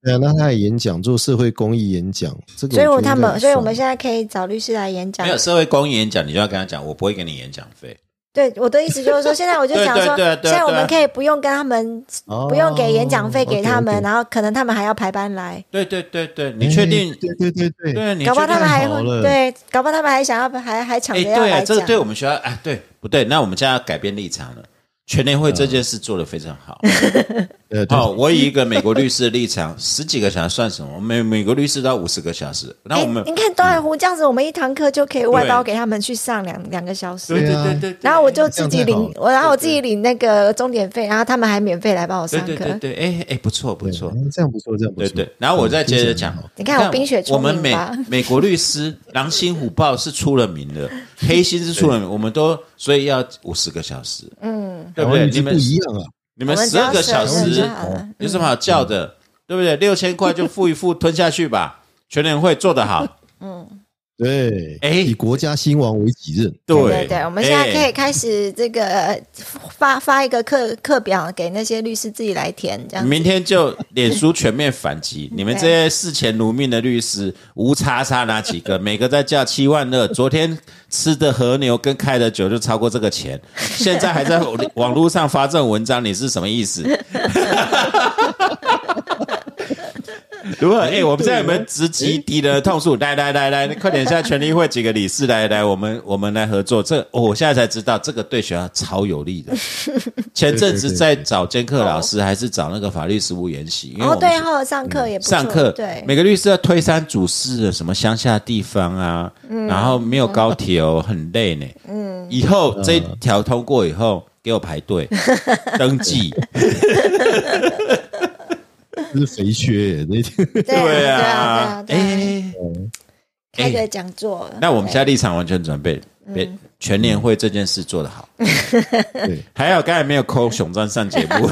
对啊，那他的演讲做社会公益演讲，嗯这个所以我我觉得他应该们，所以我算们现在可以找律师来演讲没。有社会公益演讲，你就要跟他讲，我不会给你演讲费。对，我的意思就是说，现在我就对想对说，对现对啊在我对们可以不用跟他们，哦不用给演讲费给他们，啊 OK，OK 然后可能他们还要排班来。对对对对，哦你确定？哎对对对对，对，你搞不好确他们定还太好会了对，搞不好他们还想要还还抢哎，着要对啊，来这讲。个对我们学校哎，对不对？那我们现在要改变立场了。全联会这件事做得非常好。嗯呃，对哦，我以一个美国律师的立场，十几个小时算什么？美美国律师都要五十个小时，那哎我们嗯你看东海湖这样子，我们一堂课就可以外包给他们去上两两个小时。对啊对然后我就自己这样领太，我然后我自己领那个钟点费，然后他们还免费来帮我对上对课。对对，哎哎，不错不错，哎这样不错，这样不对错，对。然后我再接着讲哦嗯听起你来很好，看我冰雪我聪们明美吧？美国律师狼心虎豹是出了名的，黑心是出了名，我们都所以要五十个小时，嗯，对不台对？湾律你师不们一样啊，你我们们只十要二个小12时就好了。有什么好叫的？对不对？六千块就付一付，吞下去吧。全联会做得好，嗯，对，哎以国家兴亡为己任，对 *laughs* 哎对对，我们现在可以开始这个呃发发一个课课表给那些律师自己来填，这样明天就脸书全面 *laughs* 反击，你们这些视钱如命的律师，无叉叉哪 *laughs* 几个，每个在叫七万二，昨天吃的和牛跟开的酒就超过这个钱，现在还在网络上发这种文章，你是什么意思？如何？哎、我们现在有没有直击敌人的痛处？来来来来，快点！现在全力会几个理事来来，我们 *laughs* 我们来合作。这、哦我现在才知道，这个对学校超有 *laughs* 利的。前阵子在找兼课老师，还是找那个法律实务研习，因为我哦们对哦，上课也不错上课，对，每个律师要推三阻四的，什么乡下地方啊，嗯然后没有高铁哦，很累呢。嗯，以后这一条通过以后，给我排 *laughs* 队登记。这是肥缺耶那天。 *laughs* 对啊对啊啊，对啊对啊，开哎个讲座， *laughs* 那我们现在立场完全准备，嗯别全年会这件事做得 *laughs* 好。对，还有刚才没有抠熊赞上节 *laughs* 目，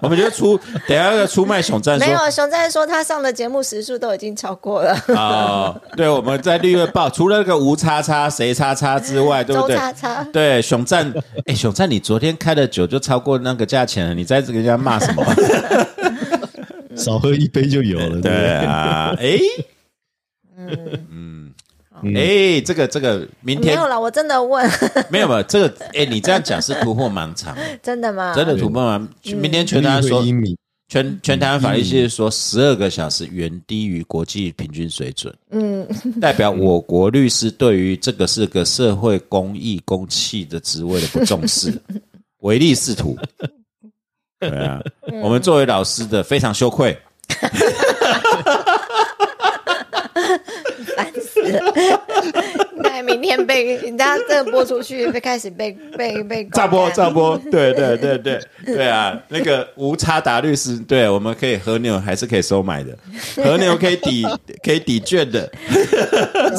我们就出等一下要出卖熊赞没说有熊赞说他上的节目时数都已经超过了，哦，对，我们在绿月报除了那个吴叉叉谁叉叉之外， *laughs* 对嗯不周对？叉叉。对，熊赞，哎，熊赞，你昨天开的酒就超过那个价钱了，你在这个人家骂什么？少喝一杯就有了。对不对对，啊，哎，嗯嗯，哎，这个这个，明没天有了，我真的问， *laughs* 没有没有这个，哎，你这样讲是突破盲肠，真的吗？真的突破盲。明天全台湾会说英明，全全台湾法律系是说十二个小时远低于国际平均水准，嗯，代表我国律师对于这个是个社会公益公器的职位的不重视，唯利是图。对啊，我们作为老师的非常羞愧。烦死了！ *laughs* 那明天被大家这个播出去，被开始被被被炸播公干炸播，对对对对对啊！那个无差达律师，对，我们可以和牛还是可以收买的，和牛可以抵可以抵券的，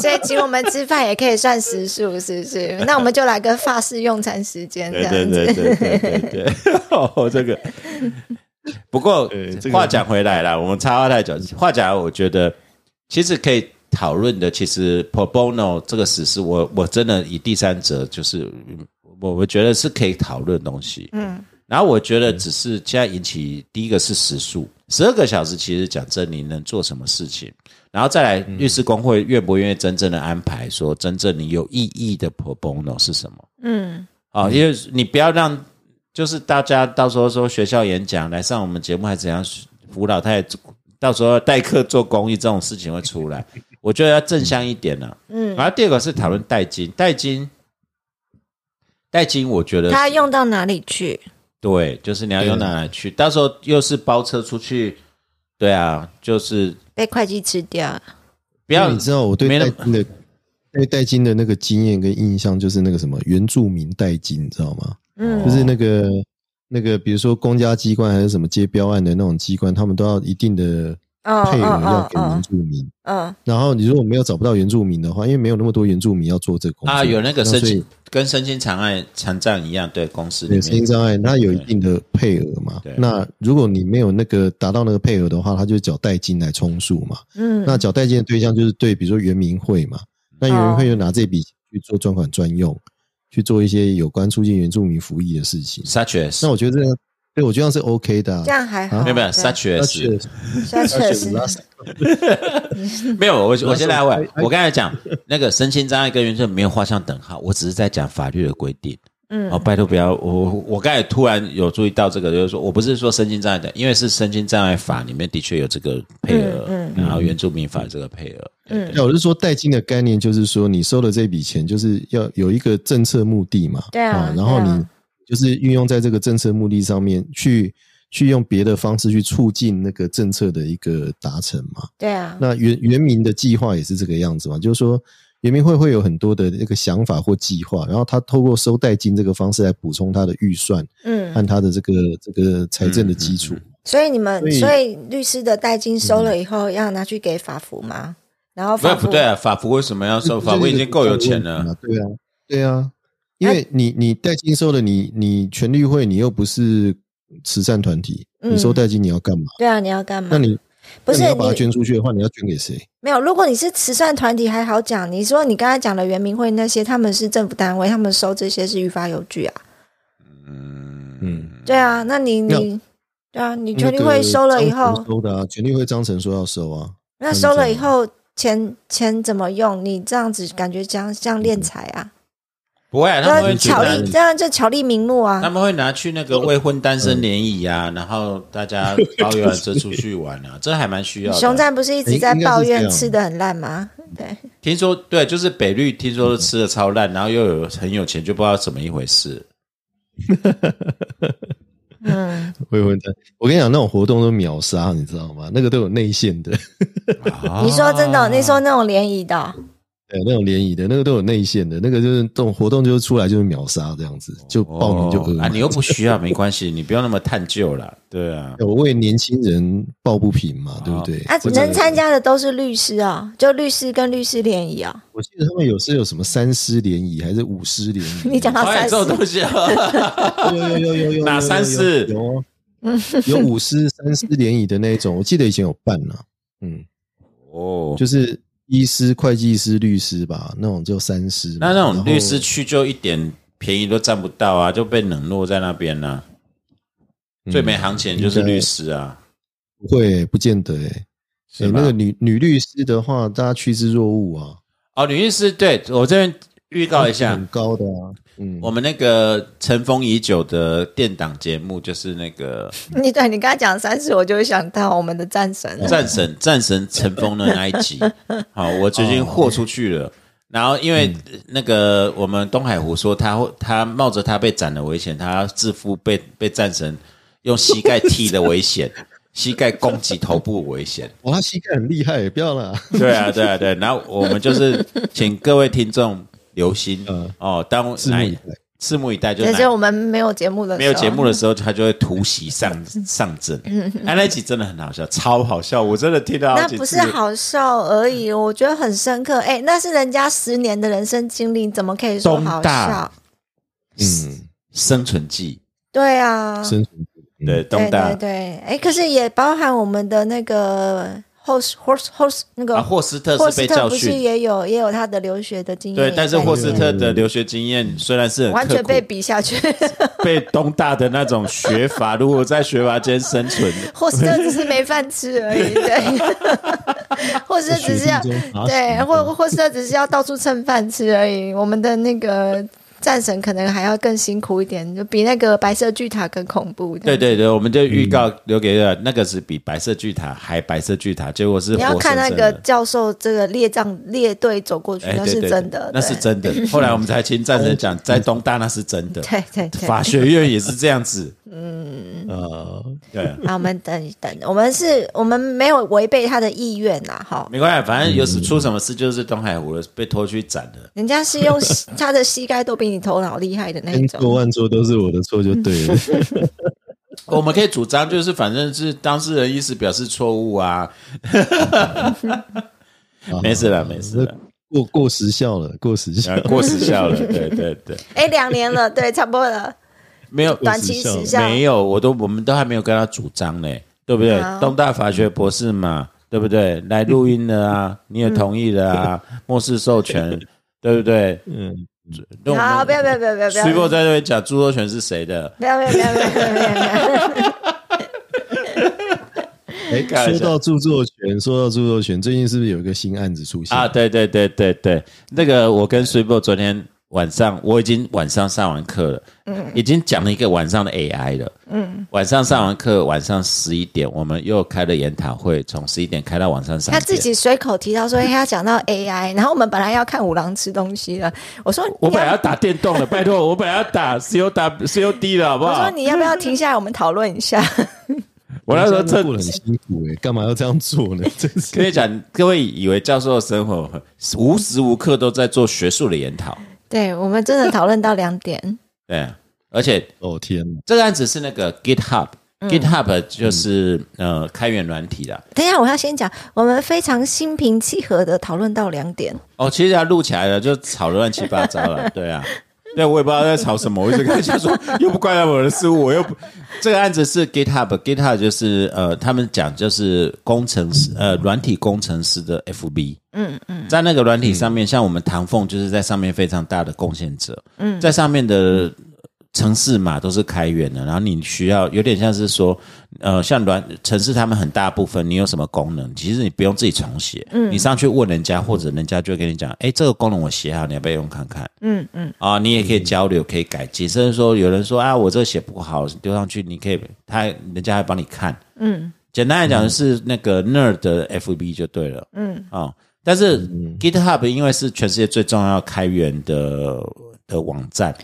所以请我们吃饭也可以算时数，是不是？那我们就来个法式用餐时间这对样对子。对对对对对， *laughs* 哦，这个。不过对这个话讲回来了，我们插话太久。话讲，我觉得其实可以讨论的，其实 pro bono 这个实施，我我真的以第三者，就是嗯我我觉得是可以讨论的东西。嗯，然后我觉得只是现在引起第一个是时速，十二个小时，其实讲真，你能做什么事情？然后再来，律师工会愿不愿意真正的安排说，真正你有意义的 pro bono 是什么？嗯，哦，因为你不要让，就是大家到时候说学校演讲来上我们节目还怎样辅导太，到时候代课做公益这种事情会出 *laughs* 来，我觉得要正向一点呢、嗯，然后第二个是讨论代金，代金，代金，我觉得他用到哪里去？对，就是你要用哪来嗯去，到时候又是包车出去，对啊，就是被会计吃掉。不要你知道我对没那戴金的对戴金的那个经验跟印象，就是那个什么原住民戴金，你知道吗？嗯就是那个那个，比如说公家机关还是什么接标案的那种机关，他们都要一定的哦配额要哦给原哦住民。哦，然后你如果没有找不到原住民的话，因为没有那么多原住民要做这个工作啊，有那个所身以心跟身心障碍残障一样，对公司里对身心面障碍，它有一定的配额嘛对。那如果你没有那个达到那个配额的话，它就缴代金来充数嘛。嗯那缴代金的对象就是对，比如说原民会嘛，那原民会就拿这笔钱去做专款专用，去做一些有关促进原住民福利的事情。 s u c h as 那我觉得这样，对我觉得这样是 OK 的、啊。这样还好。啊没有没有对 such 而 as 且算而确且实我拉斯没有，我我要先是来我问还，我刚才讲那个身心障碍跟原住民没有画上等号，我只是在讲法律的规定。嗯哦，拜托不要，我我刚才突然有注意到这个，就是说我不是说身心障碍的，因为是身心障碍法里面的确有这个配额，嗯然后原住民法有这个配额，嗯，那我是说，代金的概念就是说，你收了这笔钱，就是要有一个政策目的嘛，对啊然后对啊你就是运用在这个政策目的上面，去去用别的方式去促进那个政策的一个达成嘛。对啊，那原原民的计划也是这个样子嘛，就是说原民会会有很多的那个想法或计划，然后他透过收代金这个方式来补充他的预算嗯，和他的这个这个财政的基础。所以你们所以嗯所以律师的代金收了以后，要拿去给法服吗？然后不法不服对啊，法服为什么要收？这法服已经够有钱这了，就是一个问题嘛对啊，对啊，因哎为你你代金收了你，你全律会你又不是慈善团体，嗯你收代金你要干嘛？对啊，你要干嘛那？你不是那你要把它你捐出去的话，你要捐给谁？没有，如果你是慈善团体还好讲，你说你刚才讲的圆明会那些，他们是政府单位，他们收这些是于法有据啊。嗯，对啊，那你你对啊，你权利会收了以那个章后程，收的啊，权利会章程说要收啊，那收了以后钱钱怎么用？你这样子感觉像像敛财啊，不会、啊，他们会那去巧拿立，这样就巧立名目啊他。们会拿去那个未婚单身联谊啊，然后大家包游览车出去玩啊，这还蛮需要熊的啊。赞不是一直在抱怨吃的很烂吗？对，听说对，就是北绿听说吃的超烂，然后又有很有钱，就不知道怎么一回事。嗯，未婚的。我跟你讲，那种活动都秒杀，你知道吗？那个都有内线的， *laughs* *laughs* 你说真啊哦的，你说那种联谊的哦，对，那种联谊的，那个都有内线的，那个就是这种活动就是出来就是秒杀这样子，就报名就哦额满。啊，你又不需要，没关系，你不要那么探究啦。对啊，我为年轻人抱不平嘛，对不对？啊，我记得能参加的都是律师哦，就律师跟律师联谊哦。我记得他们有是有什么三师联谊还是五师联谊？ *laughs* 你讲到讨三厌这十，种东西啊， *laughs* 有有有有有哪三师有哦有五师、三师联谊的那一种，我记得以前有办呢、嗯， *laughs* 哦，就是医师、会计师、律师吧，那种就三师嘛。那那种律师然后，去就一点便宜都占不到啊，就被冷落在那边呢、嗯最没行情就是律师啊，不会，不见得诶。是诶吧那个女女律师的话，大家趋之若鹜啊，哦，女律师，对我这边预告一 *laughs* 下很，高的啊。嗯，我们那个尘封已久的电档节目，就是那个你对你刚才讲三十，我就会想到我们的战神了。战神战神尘封的那一集。好，我最近豁出去了。然后，因为嗯那个我们东海湖说他会他冒着他被斩的危险，他自负被被战神用膝盖踢的危险，膝盖攻击头部危险。哇，他膝盖很厉害，欸不要啦。对啊，对啊，对。然后我们就是请各位听众留心嗯哦，当拭目以待。拭目以待，就这哪是我们没有节目的时候，没有节目的时候，他就会突袭上上阵。哎、那一集真的很好笑，超好笑，我真的听到好那几不次是好笑而已，我觉得很深刻。哎，那是人家十年的人生经历，怎么可以说好东大笑？嗯，生存记，对啊，生存嗯对东对大对对，哎，可是也包含我们的那个 host host host 那啊，个霍斯特霍是斯被特教不是训，也有也有他的留学的经验也在，里对面，但是霍斯特的留学经验虽然是很完全刻苦被比下去。被东大的那种学法， *laughs* 如果在学法间生存，霍斯特只是没饭吃而 *laughs* 已，对，霍斯特只是要在雪地中爬行对，或霍斯特只是要到处蹭饭吃而已。我们的那个战神可能还要更辛苦一点，就比那个白色巨塔更恐怖。对，对对，我们就预告留给了那个是比白色巨塔还白色巨塔，结果是你要活看生那生个的。教授这个列仗列队走过去，哎，那对是对，真对的，那是对。嗯真的。后来我们才听战神讲，在东大那是真的， *laughs* 对对对，法学院也是这样子。嗯呃，对，好，我们等一等，我们是我们没有违背他的意愿呐，哈，没关系，反正有时出什么事就是东海湖了，被拖去斩的。人家 *laughs* 是用他的膝盖都比你头脑厉害的那一千种错，万错都是我的错就 *laughs* 对了。 *laughs* 我们可以主张就是，反正是当事人意思表示错误啊，没事了，没 *laughs* 事了，呃过过时效了，过时效啊。过时效了，对对对，哎，两年了，对，差不多了。没有短期时效没有，我都我们都还没有跟他主张呢，对不对？好东大法学博士嘛，对不对？来录音了啊，你也同意了啊，漠视授权，对不对？嗯，那我们好，不要不要不要不要不要，徐博在那边讲著作权是谁的？不要不要不要不要不要不要不要，哎，开玩笑说到著作权，说到著作权，最近是不是有一个新案子出现啊，？对对对对对，那个我跟 s u p e 昨天晚上我已经晚上上完课了，嗯，已经讲了一个晚上的 AI 了，嗯，晚上上完课，晚上十一点我们又开了研讨会，从十一点开到晚上三他点。自己随口提到说哎他讲到 AI，然后我们本来要看五郎吃东西了，我说我你本来要要打电动 *laughs* 了，拜托，我本来要打 COD COD 了，好不我说好？你要不要停下来，我们讨论一下？我那时候人家趁过得很辛苦哎，干嘛要这样做 *laughs* 呢？真是跟你讲，各位以为教授的生活无时无刻都在做学术的研讨，对我们真的讨论到两点，对，而且哦天哪！这个案子是那个 GitHub。GitHub 就是、呃开源软体啦，等一下我要先讲，我们非常心平气和的讨论到两点，哦，其实它录起来了，就吵得乱七八糟了，对啊，对，我也不知道在吵什么，我一直跟他讲说，又不关他们的事，我又不。这个案子是 GitHub，GitHub 就是呃，他们讲就是工程师呃，软体工程师的 FB。嗯嗯，在那个软体上面，像我们唐凤就是在上面非常大的贡献者。嗯，在上面的城市嘛都是开源的，然后你需要有点像是说，呃，像软城市他们很大部分你有什么功能，其实你不用自己重写，嗯，你上去问人家，或者人家就会跟你讲，哎，这个功能我写好，你要不要用看看？嗯嗯，啊，你也可以交流，可以改进。甚至说有人说啊，我这个写不好，丢上去，你可以，他人家还帮你看。嗯，简单来讲是那个 Nerd 的 FB 就对了。嗯，哦，但是 GitHub 因为是全世界最重要开源的的网站，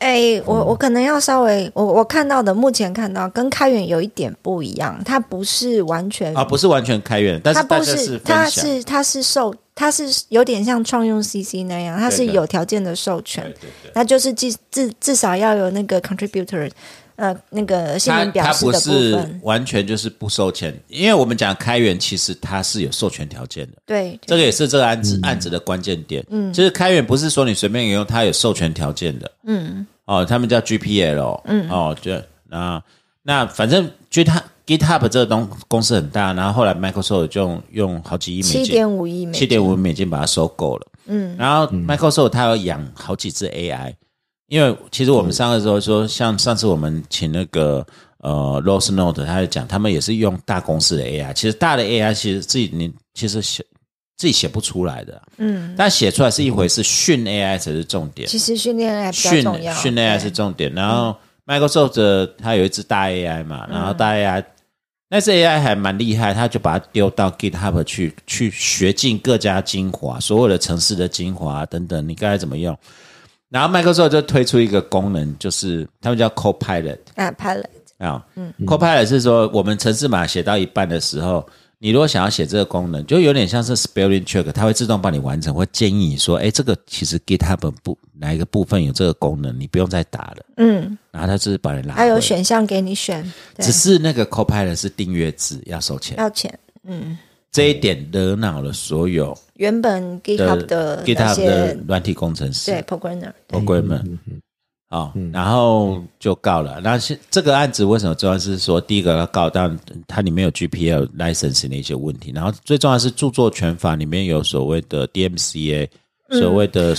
哎、我我可能要稍微，我我看到的目前看到跟开源有一点不一样，它不是完全啊，不是完全开源，嗯但它是大不家是，它分享。是它是授，它是有点像创用 CC 那样，它是对的有条件的授权对，对对那就是至至至少要有那个 contributor，呃，那个姓它名表它示不的部是分，完全就是不收钱，因为我们讲开源，其实它是有授权条件的。对，这个也是这个案子、案子的关键点。嗯，就是开源不是说你随便用，它有授权条件的。嗯，哦，他们叫 GPL。嗯，哦，就啊，那反正 GitHub GitHub 这个东公司很大，然后后来 Microsoft 就用用好几亿美金，七点五亿美七金，点五美金把它收购了。嗯，然后 Microsoft 它有养好几只 AI，因为其实我们上个时候说，像上次我们请那个呃 Rose Note，他就讲他们也是用大公司的 AI，其实大的 AI 其实自己你其实写自己写不出来的，嗯，但写出来是一回事，训 AI 才是重点，其实训练 AI 比较训重要，训 AI 是重点，然后 Microsoft 的它有一只大 AI 嘛，嗯然后大 AI、那只 AI 还蛮厉害，它就把它丢到 GitHub 去去学尽各家精华，所有的城市的精华等等，你该怎么用？然后 Microsoft 就推出一个功能，就是他们叫 Copilot 啊 p i l o 啊、Copilot 嗯是说我们城市码写到一半的时候。你如果想要写这个功能，就有点像是 spelling check，它会自动帮你完成，会建议你说，哎，这个其实 GitHub 部哪一个部分有这个功能，你不用再打了。嗯，然后它就是把你拉回还来。有选项给你选，对只，是那个 Copilot 是订阅制，要收钱，要钱。这一点惹恼了所有原本 GitHub 的那 GitHub 的些软体工程师对 programmer，头盔们。哦，然后就告了。那是这个案子为什么重要？是说第一个要告，但它里面有 GPL license 的一些问题，然后最重要的是著作权法里面有所谓的 DMCA，、所谓的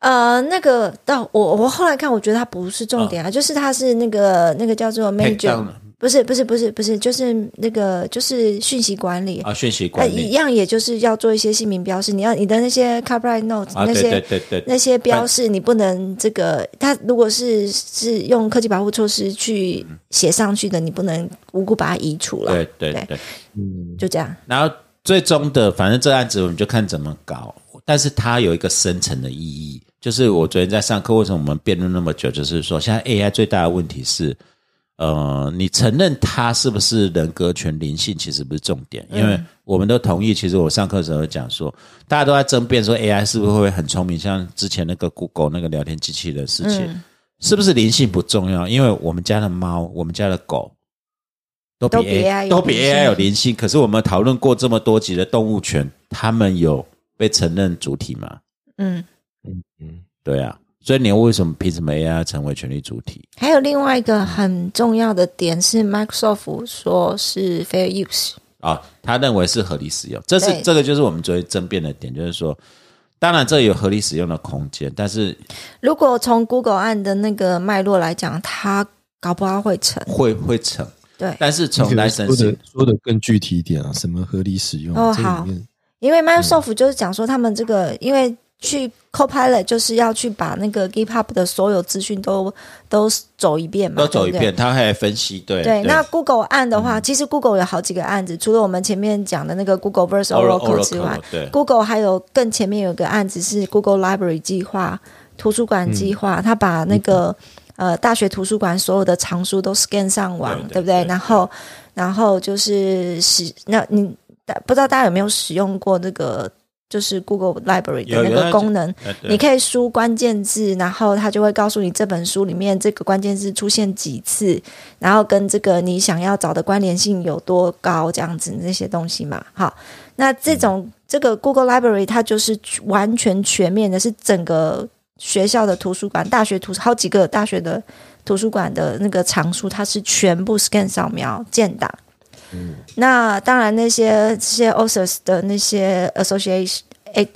呃，那个到我我后来看，我觉得它不是重点啊，就是它是那个那个叫做 Takedown major，不是不是不是不是，就是那个就是讯息管理，啊讯息它管一理样也就是要做一些姓名标示，你要你的那些 copyright notes、啊，那对些对对对，那些标示你不能这个，它如果是是用科技保护措施去写上去的，你不能无故把它移除了，对对对对。嗯就这样。然后最终的，反正这案子我们就看怎么搞。但是它有一个深层的意义，就是我昨天在上课，为什么我们辩论那么久？就是说，现在 AI 最大的问题是，呃，你承认它是不是人格权灵性，其实不是重点，因为我们都同意。其实我上课的时候讲说，大家都在争辩说 AI 是不是会很聪明，像之前那个 Google 那个聊天机器人的事情，是不是灵性不重要？因为我们家的猫，我们家的狗。都比都比 AI 有都比灵性 AI 有灵性，可是我们讨论过这么多集的动物权，他们有被承认主体吗？嗯，对啊，所以你为什么凭什么 AI 成为权利主体？还有另外一个很重要的点是，Microsoft 说是 fair use，啊、他认为是合理使用，这是对这个就是我们昨天争辩的点，就是说，当然这有合理使用的空间，但是如果从 Google 案的那个脉络来讲，它搞不好会成。会会成，对，但是从来说 license 的说的更具体一点啊，什么合理使用啊哦这好里面因为嗯 Microsoft 就是讲说他们这个，因为去 Copilot 就是要去把那个 GitHub 的所有资讯都都走一遍嘛，都走一对不对遍，他还分析，对嗯对，那 Google 案的话，其实 Google 有好几个案子，除了我们前面讲的那个 Google vs Oracle- Oracle 之外 Oracle，对，Google 还有更前面有个案子是 Google Library 计划、图书嗯馆计划，它把那个呃大学图书馆所有的藏书都 scan 上网，对对对不对？对然后，然后就是使那你大不知道大家有没有使用过那个就是 Google Library 有的那有个那功能？呃对你可以输关键字，然后它就会告诉你这本书里面这个关键字出现几次，然后跟这个你想要找的关联性有多高，这样子那些东西嘛。好，那这种这个 Google Library 它就是完全全面的，是整个学校的图书馆、大学图好几个大学的图书馆的那个藏书，它是全部 scan 扫描建档。那当然，那些这些 OSIS 的那些 association，哎，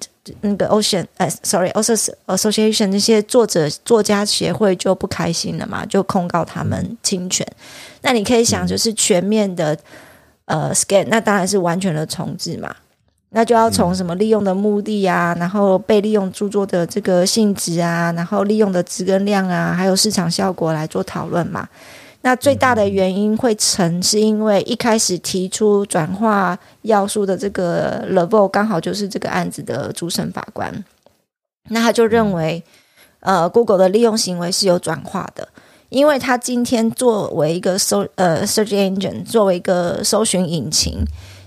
那个 Ocean，哎，sorry，OSIS association 那些作者作家协会就不开心了嘛，就控告他们侵权。那你可以想，就是全面的呃 scan，那当然是完全的重置嘛。那就要从什么利用的目的啊，然后被利用著作的这个性质啊，然后利用的值跟量啊，还有市场效果来做讨论嘛。那最大的原因会成，是因为一开始提出转化要素的这个 Level 刚好就是这个案子的主审法官，那他就认为，呃，Google 的利用行为是有转化的，因为他今天作为一个搜呃 search engine，作为一个搜寻引擎，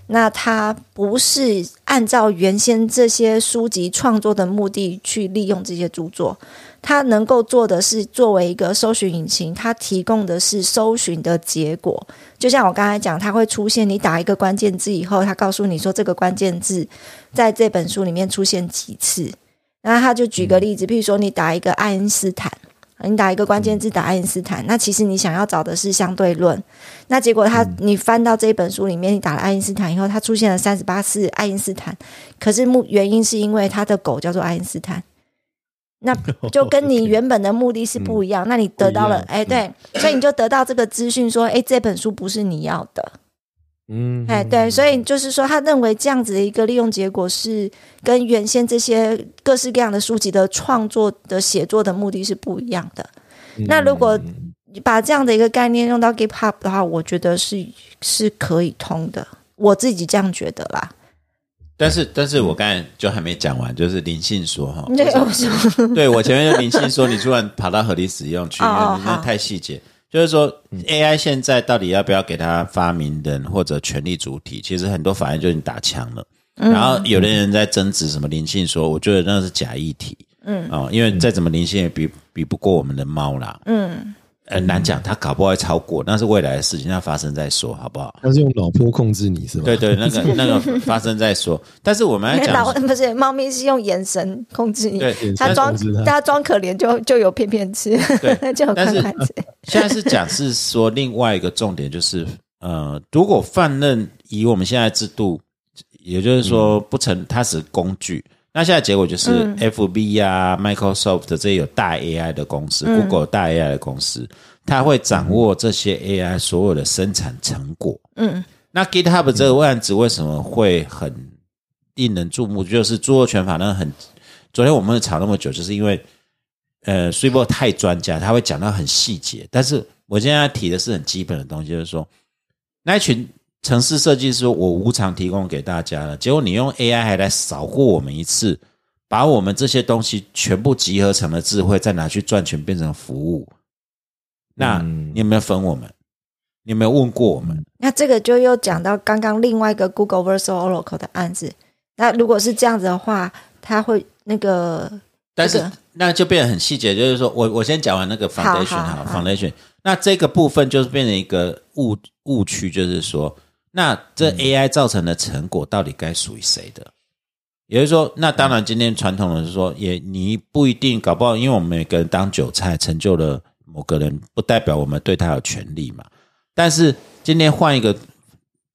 那它不是按照原先这些书籍创作的目的去利用这些著作，它能够做的是作为一个搜寻引擎，它提供的是搜寻的结果。就像我刚才讲，它会出现你打一个关键字以后，它告诉你说这个关键字在这本书里面出现几次。那他就举个例子，譬如说你打一个爱因斯坦，你打一个关键字打爱因斯坦，那其实你想要找的是相对论。那结果他你翻到这一本书里面，你打了爱因斯坦以后，它出现了三十八次爱因斯坦，可是目原因是因为他的狗叫做爱因斯坦。那就跟你原本的目的是不一样，那你得到了，不一哎，样对，所以你就得到这个资讯，说，哎，这本书不是你要的，嗯，哎，对，所以就是说，他认为这样子的一个利用结果是跟原先这些各式各样的书籍的创作的写作的目的是不一样的。嗯那如果把这样的一个概念用到 GitHub 的话，我觉得是是可以通的，我自己这样觉得啦。但是，但是我刚才就还没讲完，就是林信说哈， *laughs* 对，我说 *laughs* 对我前面就林信说，你突然跑到合理使用去，哦因哦为那好太细节。就是说，AI 现在到底要不要给它发明人或者权利主体？其实很多法院就已经打枪了。然后有的人在争执什么灵性说，我觉得那是假议题。嗯，哦，因为再怎么灵性也比比不过我们的猫啦。嗯，很难讲，它搞不好会超过，那是未来的事情，那发生再说，好不好？他是用脑波控制你是吧？对对，那 *laughs* 个那个发生再说。但是我们要讲老 *laughs* 不是猫咪是用眼神控制你对，它装控制它它装可怜就就有片片吃，*laughs* 对就有但看是看吃。现在是讲是说另外一个重点就是，呃，如果犯人以我们现在制度，也就是说不成，它只是工具。那现在结果就是，FB 啊、Microsoft 这些有大 AI 的公司、g o o g l e 大 AI 的公司，它会掌握这些 AI 所有的生产成果。嗯，那 GitHub 这个案子为什么会很令人注目？就是著作权法那个很，昨天我们吵那么久，就是因为呃 s w i b o 太专家，他会讲到很细节。但是我现在提的是很基本的东西，就是说那一群城市设计师，我无偿提供给大家了，结果你用 AI 还来扫过我们一次，把我们这些东西全部集合成了智慧，再拿去赚钱变成服务。那嗯你有没有分我们？你有没有问过我们？那这个就又讲到刚刚另外一个 Google vs Oracle 的案子。那如果是这样子的话，它会那个但是这个那就变得很细节，就是说我我先讲完那个 foundation 好好哈好 foundation，那这个部分就是变成一个误误区，就是说，那这嗯 AI 造成的成果到底该属于谁的？也就是说，那当然，今天传统的是嗯说，也你不一定搞不好，因为我们每个人当韭菜，成就了某个人，不代表我们对他有权利嘛。但是今天换一个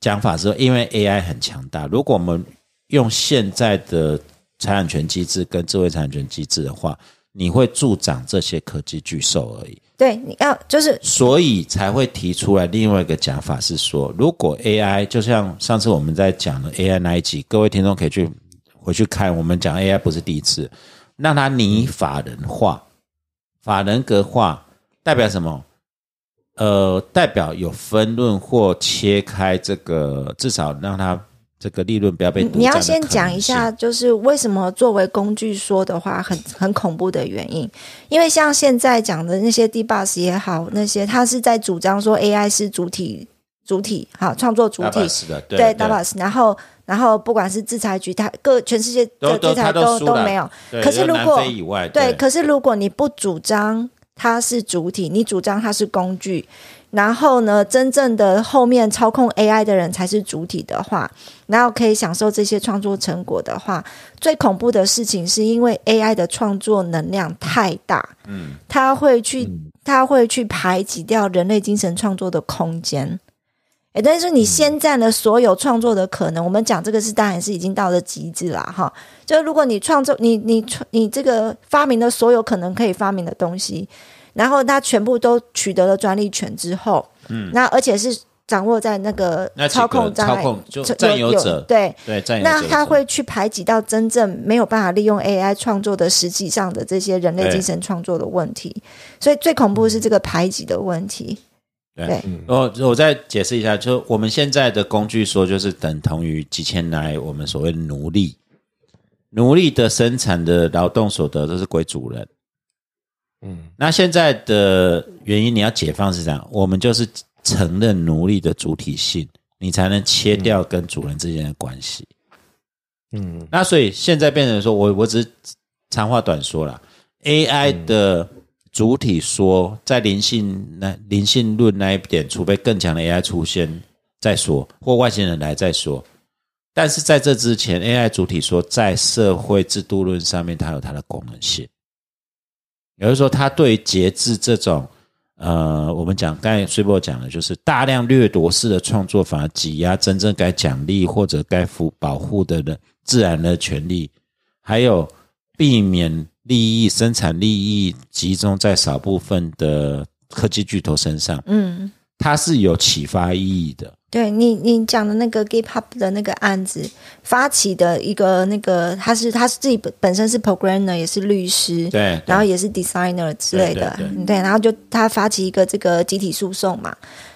讲法是，因为 AI 很强大，如果我们用现在的财产权机制跟智慧财产权机制的话，你会助长这些科技巨兽而已，对你要就是所以才会提出来另外一个讲法是说，如果 AI 就像上次我们在讲的 AI 那一集，各位听众可以去回去看，我们讲 AI 不是第一次，让它拟法人化、法人格化，代表什么？呃，代表有分论或切开这个，至少让它这个利润不要被独你要占的先可讲能一性下，就是为什么作为工具说的话很很恐怖的原因，因为像现在讲的那些 debus 也好，那些他是在主张说 AI 是主体主体好创作主大体把，是的，对 d a b u s 然后然后不管是制裁局，他各全世界都的都制裁他都输了，没有，对可是就如南果非以外，对，可是如果你不主张它是主体，你主张它是工具，然后呢，真正的后面操控 AI 的人才是主体的话，然后可以享受这些创作成果的话，最恐怖的事情是因为 AI 的创作能量太大，嗯，它会去它会去排挤掉人类精神创作的空间。诶，但嗯是你先占了所有创作的可能。我们讲这个是当然是已经到了极致了哈。就如果你创作，你你你这个发明了所有可能可以发明的东西，然后它全部都取得了专利权之后，嗯，那而且是掌握在那个那几个操控障碍操控就占有者对。对，占有那者它是会去排挤到真正没有办法利用 AI 创作的实际上的这些人类对嗯精神创作的问题，所以最恐怖的是这个排挤的问题。对对，我哦我再解释一下，就我们现在的工具说，就是等同于几千来我们所谓奴隶，奴隶的生产的劳动所得都是归主人。嗯，那现在的原因你要解放是这样，我们就是承认奴隶的主体性，你才能切掉跟主人之间的关系。嗯，那所以现在变成说我我只是长话短说啦 a i 的主体说在灵性那灵性论那一点，除非更强的 AI 出现再说，或外星人来再说。但是在这之前，AI 主体说在社会制度论上面，它有它的功能性，也就是说，它对于节制这种呃，我们讲刚才崔博讲的，就是大量掠夺式的创作，反而挤压真正该奖励或者该服保护的人自然的权利，还有避免利益生产利益集中在少部分的科技巨头身上，嗯，它是有启发意义的。对你，你讲的那个 GitHub 的那个案子，发起的一个那个，他是他是自己本本身是 programmer，也是律师，对，对然后也是 designer 之类的，对对嗯然后就他发起一个这个集体诉讼嘛。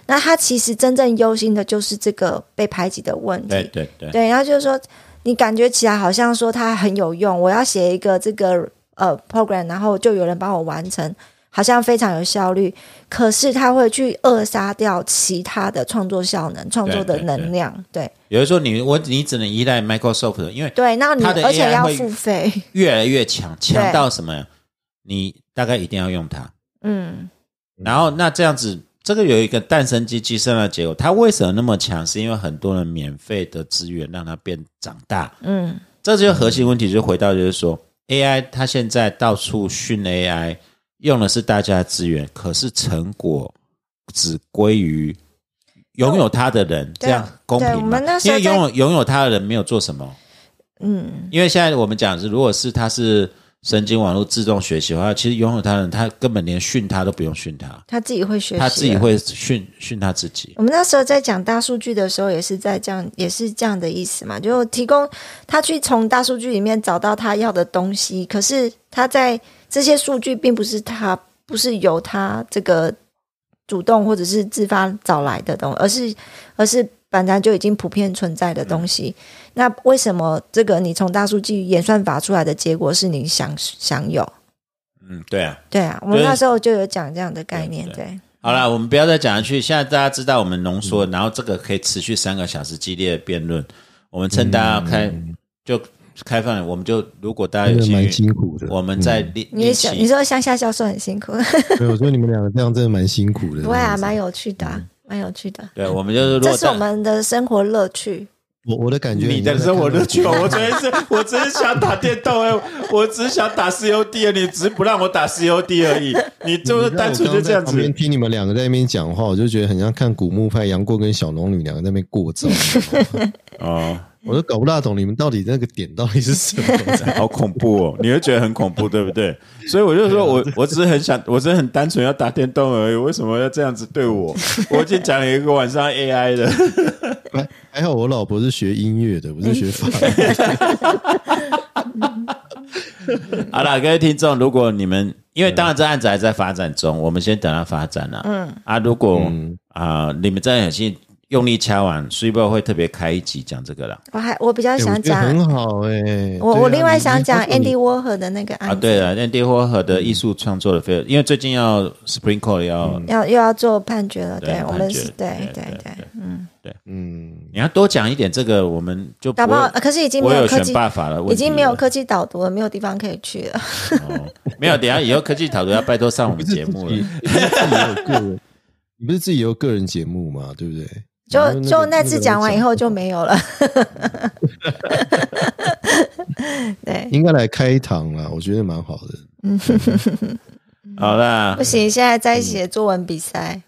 那他其实真正忧心的就是这个被排挤的问题，对对对对，然后就是说，你感觉起来好像说它很有用，我要写一个这个呃 program，然后就有人帮我完成，好像非常有效率。可是它会去扼杀掉其他的创作效能、创作的对对能量。对有的时候你我你只能依赖 Microsoft，的因为对，那你它的而且 AI 要会付费，越来越强，对强到什么？你大概一定要用它。嗯，然后那这样子，这个有一个诞生机寄生的结果，它为什么那么强？是因为很多人免费的资源让它变长大。嗯，这就是核心问题，就回到就是说，AI 它现在到处训 AI，用的是大家的资源，可是成果只归于拥有它的人，对这样公对平我吗们那？时因候为在拥有拥有它的人没有做什么，嗯，因为现在我们讲是，如果是它是神经网络自动学习的话，其实拥有它的人，他根本连训它都不用训它。他自己会学习，他自己。会训训他自己。我们那时候在讲大数据的时候，也是在这样，也是这样的意思嘛，就提供他去从大数据里面找到他要的东西，可是他在这些数据并不是他不是由他这个主动或者是自发找来的东西，而是而是本来就已经普遍存在的东西。嗯那为什么这个你从大数据演算法出来的结果是你享享有？嗯，对啊。对啊，我们对那时候就有讲这样的概念，对对，好啦，我们不要再讲下去。现在大家知道我们浓缩，然后这个可以持续三个小时激烈的辩论。我们趁大家开、就开放了，我们就如果大家真有的兴蛮趣辛，苦的。我们再练你也一想你起。说乡下销售很辛苦。没有，我觉得你们两个这样真的蛮辛苦的。不会啊，这样子蛮有趣的啊、蛮有趣的。对，我们就是如这果是我大们的生活乐趣。我我的感觉，你的生活乐趣吗？我昨天是，我只是想打电动哎、我只是想打 COD，你只是不让我打 COD 而已，嗯你就是单纯就这样我刚刚在旁子边。听你们两个在那边讲话，我就觉得很像看古墓派杨过跟小龙女两个在那边过招， *laughs* 哦，我都搞不大懂你们到底那个点到底是什么。好恐怖哦！你会觉得很恐怖，对不对？所以我就说我我只是很想，我只是很单纯要打电动而已，为什么要这样子对我？我已经讲了一个晚上 AI 的， *laughs* 还还好我老婆是学音乐的，不是学法律的。 *laughs* 好啦，各位听众，如果你们因为当然这案子还在发展中，我们先等它发展啦。嗯啊，如果啊、你们真的很幸用力掐完 s u p e 会特别开一集讲这个啦。我还我比较哎想我觉得讲，很好哎、我对啊我另外想讲你你 Andy Warhol 的那个案啊，子，对了，那地霍河的艺术创作的非，因为最近要 Sprinkle 要、要又要做判决了。对对，我们判决是对对对对对，嗯，你要多讲一点这个，我们就不搞不好会可是已经我没有科选技，办法了，已经没有科科技导读了，没有地方可以去了。哦没有。等一下以后科技讨论要拜托上我们节目了。自己也有过嗯你不是自己有个人节目嘛，对不对？然就后那个就那次讲完以后就没有了。 *laughs* 对，应该来开一堂啦，我觉得蛮好的。好啦不，行，现在在写作文比赛，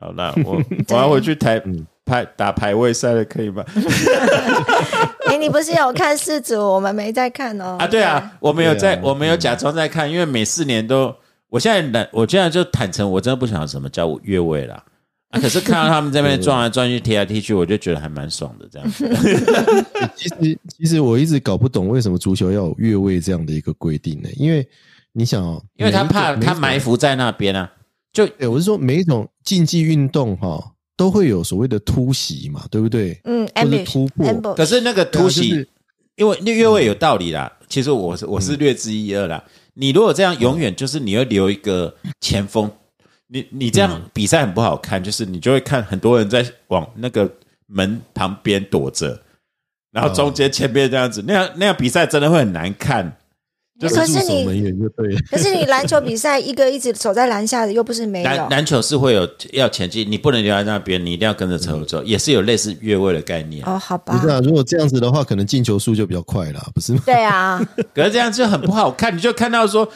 好啦，我我要回去台排打排位赛了，可以吗？哎，你不是有看四组？我们没在看哦。啊，对啊，我没有在，对啊我没有假装在看，因为每四年都，我现在懒，我现在就坦诚，我真的不晓得什么叫越位啦。啊，可是看到他们这 *laughs* 边撞来撞去、踢来踢去，我就觉得还蛮爽的。这样， *laughs* 其实其实我一直搞不懂为什么足球要有越位这样的一个规定呢？因为你想哦，因为他每一种怕每一他种埋伏在那边啊。就对，我是说每一种竞技运动哈、都会有所谓的突袭嘛，对不对？嗯或是突破，ambush，ambush，可是那个对啊突袭，就是嗯因为越位有道理啦。其实我是我是略知一二啦。你如果这样，永远就是你会留一个前锋。你你这样比赛很不好嗯看，就是你就会看很多人在往那个门旁边躲着，然后中间前面这哦样子，那样那样比赛真的会很难看。就可入是守门你，员就对了。可是你篮球比赛一个一直守在篮下的又不是没有篮。篮球是会有要前进，你不能留在那边，你一定要跟着球嗯走，也是有类似越位的概念。哦，好不 *laughs* 吧是，啊，如果这样子的话，可能进球数就比较快啦，不是吗？对啊，可是这样就很不好看，你就看到说，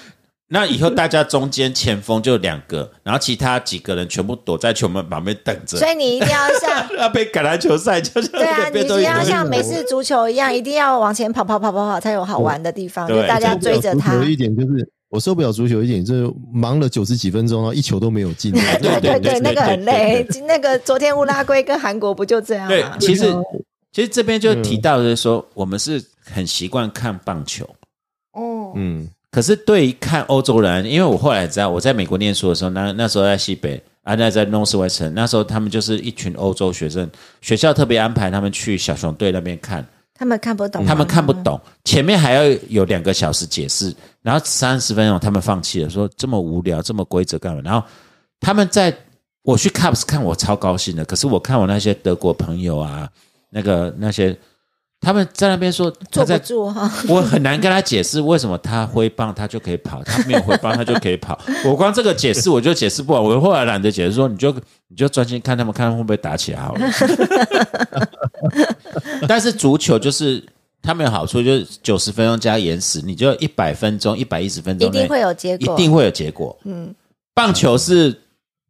那以后大家中间前锋就两个，然后其他几个人全部躲在球门旁边等着所，以你一定要像。要被橄榄球赛就 *laughs* 是对啊，你 *laughs* 被一都定要像没美式足球一样，一定要往前跑跑跑跑跑才有好玩的地方，对就大家追着他受不了足球。一点就是我受不了足球一点，就是忙了九十几分钟，然后一球都没有进。 *laughs* 对对对对对，那个很累。那个昨天乌拉圭跟韩国不就这样对吗，？其实其实这边就提到的是说，我们是很习惯看棒球，哦，嗯，可是对于看欧洲人，因为我后来知道，我在美国念书的时候，那那时候在西北，啊，那在诺斯威城，那时候他们就是一群欧洲学生，学校特别安排他们去小熊队那边看。他们看不懂，啊他们看不懂，前面还要有两个小时解释，然后三十分钟他们放弃了，说这么无聊，这么规则干嘛？然后他们在我去 Cups 看，我超高兴的。可是我看我那些德国朋友啊，那个那些他们在那边说他坐不在。住哈。我很难跟他解释为什么他挥棒他就可以跑，他没有挥棒他就可以跑。我光这个解释我就解释不完，我后来懒得解释说，你就你就专心看他们，看他们会不会打起来好了。但是足球就是他们有好处，就是九十分钟加延时，你就一百分钟、一百一十分钟一定内会有结一果，定会有结果。嗯，棒球是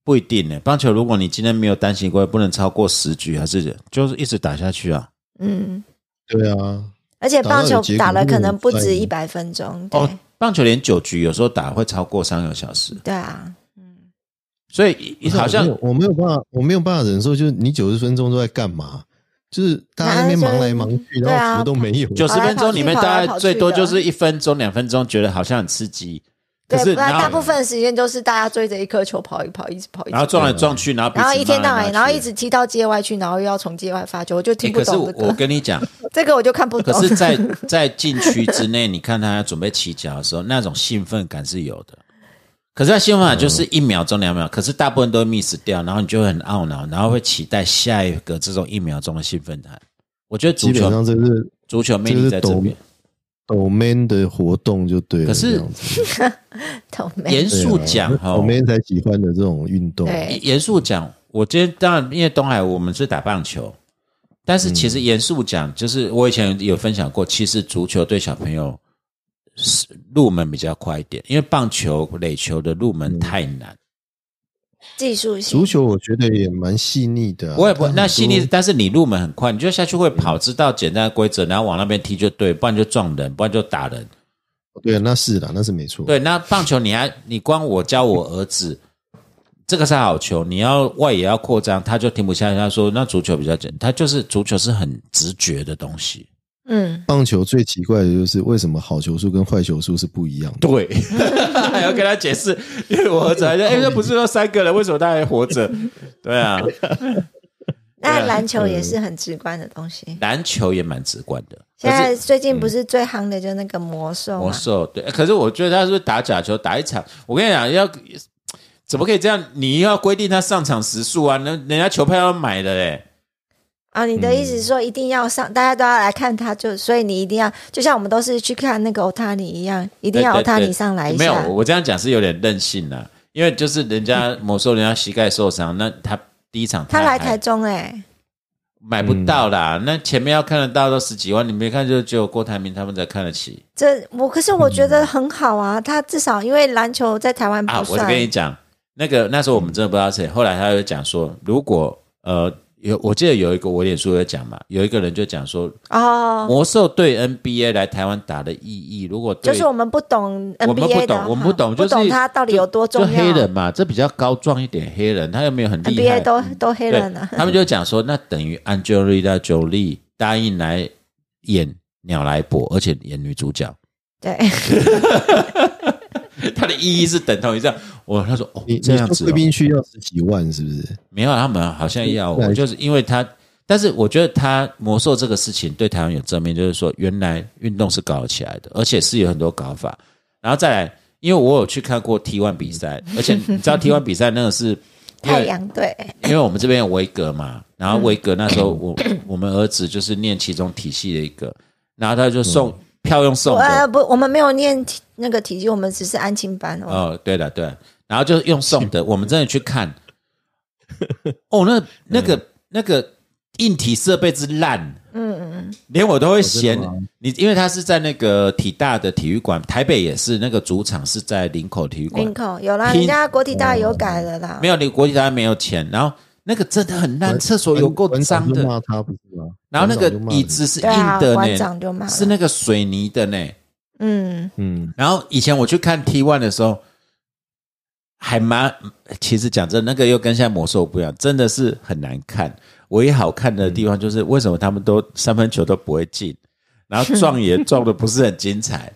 不一定的、棒球如果你今天没有单行过，不能超过十局，还是就是一直打下去啊。嗯，对啊，而且棒球打了可能不打到有止一结百分钟，哦对，棒球连九局有时候打会超过三个小时，对啊，所以不是啊好像我没有我没有办法，我没有办法忍受，就是你九十分钟都在干嘛？就是大家在那边忙来忙去，对啊然后什么都没有。九十跑来分钟里面跑去跑大来概跑去最多的就是一分钟、两分钟，觉得好像很刺激，可对，是不然然大部后分的时间都是大家追着一颗球跑一跑，一直跑，一直然后跑。撞来撞去，然后彼然后此一天骂来到晚，骂然后去一直踢到界外去，然后又要从界外发球，我就欸听不可是懂我这我个，跟你讲， *laughs* 这个我就看不懂可。是 *laughs* 在，在禁区之内，你看他准备起脚的时候，那种兴奋感是有的。可是他兴奋感就是一秒钟、两秒，可是大部分都会 miss 掉，然后你就会很懊恼，然后会期待下一个这种一秒钟的兴奋感。我觉得足基本球上这是足球魅这力是在这抖边，抖 man 的活动就对了。可是这样子啊倒霉严肃讲哈抖，man 才喜欢的这种运动。对严严肃讲，我今天当然因为东海我们是打棒球，但是其嗯实严肃讲，就是我以前有分享过，其实足球对小朋友是入门比较快一点，因为棒球垒球的入嗯门太难。技术性足球我觉得也蛮细腻的啊、我也不它很那细腻多，但是你入门很快，你就下去会跑，知道简单的规则，然后往那边踢就对，不然就撞人，不然就打人。对，啊那是啦，那是没错。对，那棒球你还你光我教我儿子，这个是好球，你要外野要扩张，他就停不下来。他说那足球比较简单，他就是足球是很直觉的东西。 *laughs* 嗯，棒球最奇怪的就是为什么好球数跟坏球数是不一样的。对，还要跟他解释，因为我儿子还在，哎、那不是说三个人，为什么他还活着？对啊，那篮球也是很直观的东西。篮球也蛮直观的。现呃可在是嗯最近不是最夯的就是那个魔兽魔嘛？兽对，可是我觉得他是不是打假球打一场，我跟你讲要。怎么可以这样？你要规定他上场时数啊？那人家球票要买的嘞。啊，你嗯的意思是说一定要上，大家都要来看他，就所以你一定要，就像我们都是去看那个欧塔尼一样，一一定要欧塔尼上来一没下有，。我这样讲是有点任性啦、因为就是人家某时候人家膝盖受伤，那他第一场他来还台嗯中哎、买不到啦，那前面要看得到都十几万，你没看就只有郭台铭他们才看得起这我可是我觉得很好啊，他至少因为篮球在台湾嗯啊不！我就算，跟你讲，那个那时候我们真的不知道谁，后来他就讲说，如果呃有我记得有一个我脸书有讲嘛，有一个人就讲说，哦，魔兽对 NBA 来台湾打的意义，如果对就是我们不懂我们 NBA 的哈，不懂，我们不懂，就是他到底有多重要。就黑人嘛，这比较高壮一点，黑人他又没有很厉害嗯 NBA 都都黑人对啊，他们就讲说，那等于 Angelina Jolie 答应来演鸟来伯，而且演女主 *laughs* 角，对，它的意义是等同于这样。我他说哦你，这你样说子、贵哦、宾区要十几万是不是？没有，他们好像要对我，就是因为他，但是我觉得他魔兽这个事情对台湾有正面，就是说原来运动是搞得起来的，而且是有很多搞法，然后再来。因为我有去看过 T One 比赛，而且你知道 T One 比赛那个 *laughs* 是因太为阳队因为我们这边有维格嘛，然后维格那时候我嗯我们儿子就是念其中体系的一个，然后他就送票用送我呃的，不，我们没有念体那个体育，我们只是安亲班哦。哦，对的对的，然后就用送嗯的，我们真的去看，哦，那那个那个硬体设备之烂，嗯嗯嗯，连我都会嫌哦真的吗你，因为他是在那个体大的体育馆，台北也是那个主场是在林口体育馆林，口有啦，拼人家国体大有改了啦没。有你国际台湾没有钱，然后那个真的很烂，厕所有够馆脏长就的。骂他不是吗？然后那个馆长就骂椅他，子是硬对啊，的馆呢长，就骂了是那个水泥的呢。嗯，嗯，然后以前我去看 T One 的时候，还蛮……其实讲真，那个又跟现在魔兽不一样，真的是很难看。唯一好看的地方就是为什么他们都三分球都不会进，然后撞也撞的不是很精彩。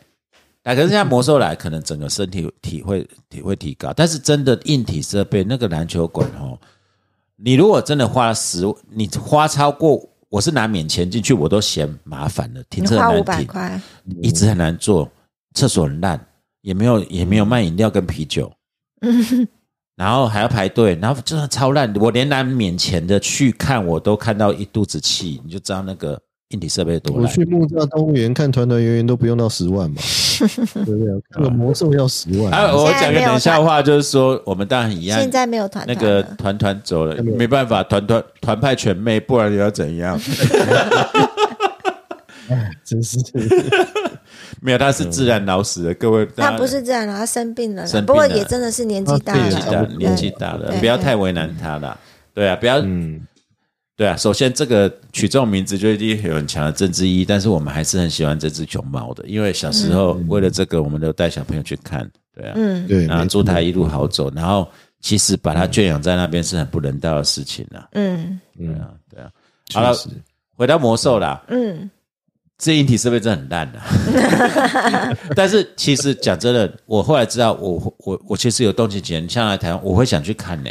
那可是现在魔兽来，可能整个身体体会体会提高，但是真的硬体设备那个篮球馆哦，你如果真的花十，你花超过，我是拿免钱进去，我都嫌麻烦了，停你车花五很难百停。块，一直很难做，厕所很烂，也没有也嗯没有卖饮料跟啤 *laughs* 酒，然后还要排队，然后真的超烂，我连难免钱的去看我都看到一肚子气，你就知道那个硬体设备有多我烂。去木栅动物园看团团圆圆都不用到十 *laughs* 万嘛，对不对？看个魔兽要十万，还有哎啊我现在讲个没有冷笑话，就是说我们当然一样，现在没有团那团个了团团走了，没办法，团团团派全妹，不然你要 *laughs* 怎样？真是没有，他是自然老死的，各位，大他家不是这样啦，他生病了啦，生病不过了啊也真的是年纪大年纪大了对，年纪大了对，不要太为难他了。对啊，不要嗯，对啊，首先这个取这种名字就一定有很强的政治意义，但是我们还是很喜欢这只熊猫的，因为小时候为了这个，我们都带小朋友去看，对啊，嗯，对，然后没祝它一路好走，然后其实把它圈养在那边是很不人道的事情啊，嗯对啊，对啊。好 *laughs* 确了，实，回到魔兽啦，嗯，这硬体设备真的很烂啊， *laughs* 但是其实讲真的，我后来知道，我我我其实有动情前，像来台湾，我会想去看呢、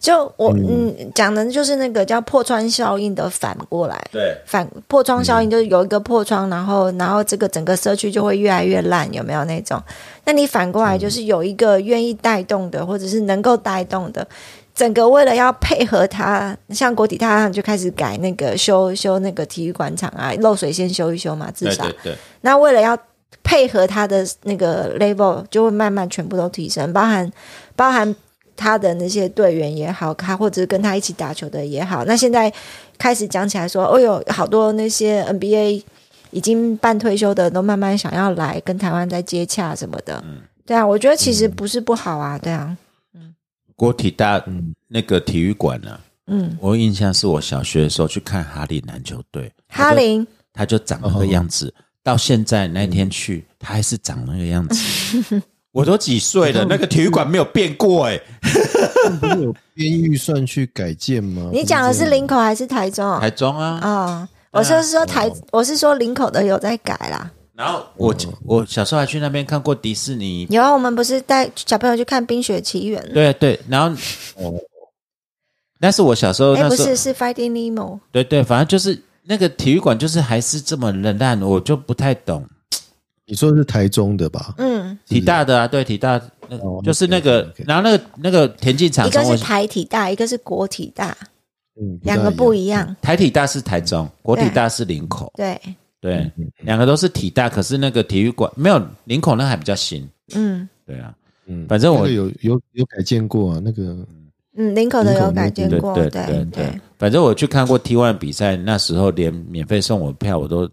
就我嗯讲的就是那个叫破窗效应的反过来，对，嗯反破窗效应就是有一个破窗，然后然后这个整个社区就会越来越烂，有没有那种？那你反过嗯来就是有一个愿意带动的，或者是能够带动的。整个为了要配合他，像国体大他们就开始改那个修修那个体育馆场啊，漏水先修一修嘛，至对少对对，那为了要配合它的那个 level，就会慢慢全部都提升，包含包含他的那些队员也好，他或者是跟他一起打球的也好。那现在开始讲起来说，哦有好多那些 NBA 已经半退休的都慢慢想要来跟台湾在接洽什么的。对啊，我觉得其实不是不好啊，对啊，国体大嗯那个体育馆啊，嗯，我印象是我小学的时候去看哈利篮球队，哈林他就长那个样子，到现在那天去，他还是长那个样子。 *laughs* 我都几岁嗯了，那个体育馆没有变过哎、不是有编预算去改建吗？你讲的是林零口还是台中啊台？中啊。哦我是说台，我是说林口的有在改啦。然后我我小时候还去那边看过迪士尼，有啊，我们不是带小朋友去看《冰雪奇缘》？对对，然后那是我小时候哎，那不时候是，是《Finding Nemo》。对对，反正就是那个体育馆就是还是这么冷淡，我就不太懂。你说的是台中的吧？嗯，体大的啊，对体大，那哦就是那个， OK，OK，OK 然后那个那个田径场一个成为是台体大，一个是国体大，嗯，两个不一样。台体大是台中，国体对大是林口，对，对，两个都是体大，可是那个体育馆没有林口那还比较新，嗯，对啊。嗯，反正我那个有有有改建过啊，那个嗯，林口的林口有改建对过，对对对，反正我去看过 T1 比赛，那时候连免费送我票我都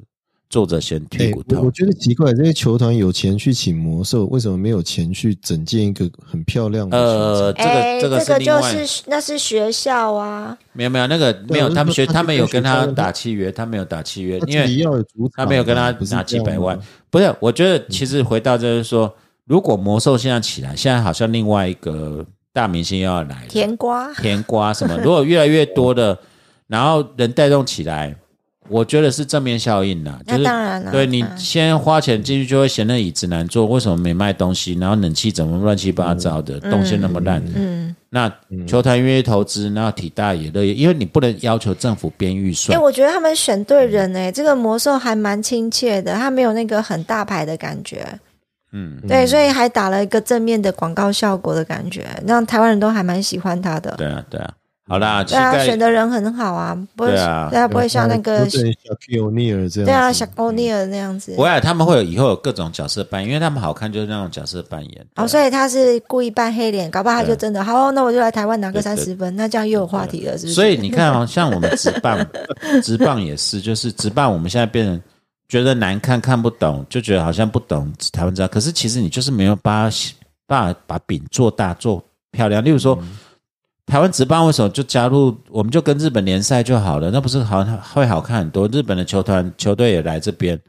坐着先哎剔骨我头我。觉得奇怪，这些球团有钱去请魔兽，为什么没有钱去整建一个很漂亮的球场？呃，这个哎，这个是另就外，是那是学校啊，没有没有那个没我有，是他们学说他他去们跟有学跟他校打契约，他没有打契约，他因为自己要有主场啊他没有跟他不是拿这几样百万吗，不是？我觉得其实回到就是说，如果魔兽现在起来，现在好像另外一个大明星又要来了， *laughs* 甜瓜，甜瓜什么，如果越来越多的，然后人带动起来，我觉得是正面效应啦。就那是当然了，对你嗯先花钱进去，就会嫌那椅子难坐，为什么没卖东西？然后冷气怎么乱七八糟的，动线那么烂？嗯，那球团愿意投资，那体大也乐意，因为你不能要求政府编预哎，算。我觉得他们选对人哎，这个魔兽还蛮亲切的，他没有那个很大牌的感觉，嗯，对，所以还打了一个正面的广告效果的感觉，让台湾人都还蛮喜欢他的。对啊，对啊。好啦，期对啊，待选的人很好啊，不会，对啊对啊，不会像那个有点像 Q 尼尔这样子，对啊，像欧尼尔那样子。不会，他们会有以后有各种角色扮演，因为他们好看就是那种角色扮演。哦，以所以他是故意扮黑脸，搞不好他就啊对啊真的好，哦那我就来台湾拿个对三对十分，那这样又有话题了，是不是？所 *laughs* 以你看哦，像我们直棒，直棒也是，就是直棒，我们现在变成觉得难看、看不懂，就觉得好像不懂台湾之棒，可是其实你就是没有把把把饼做大、做漂亮。例如说，台湾职棒为什么就加入？我们就跟日本联赛就好了，那不是好会好看很多？日本的球团球队也来这边，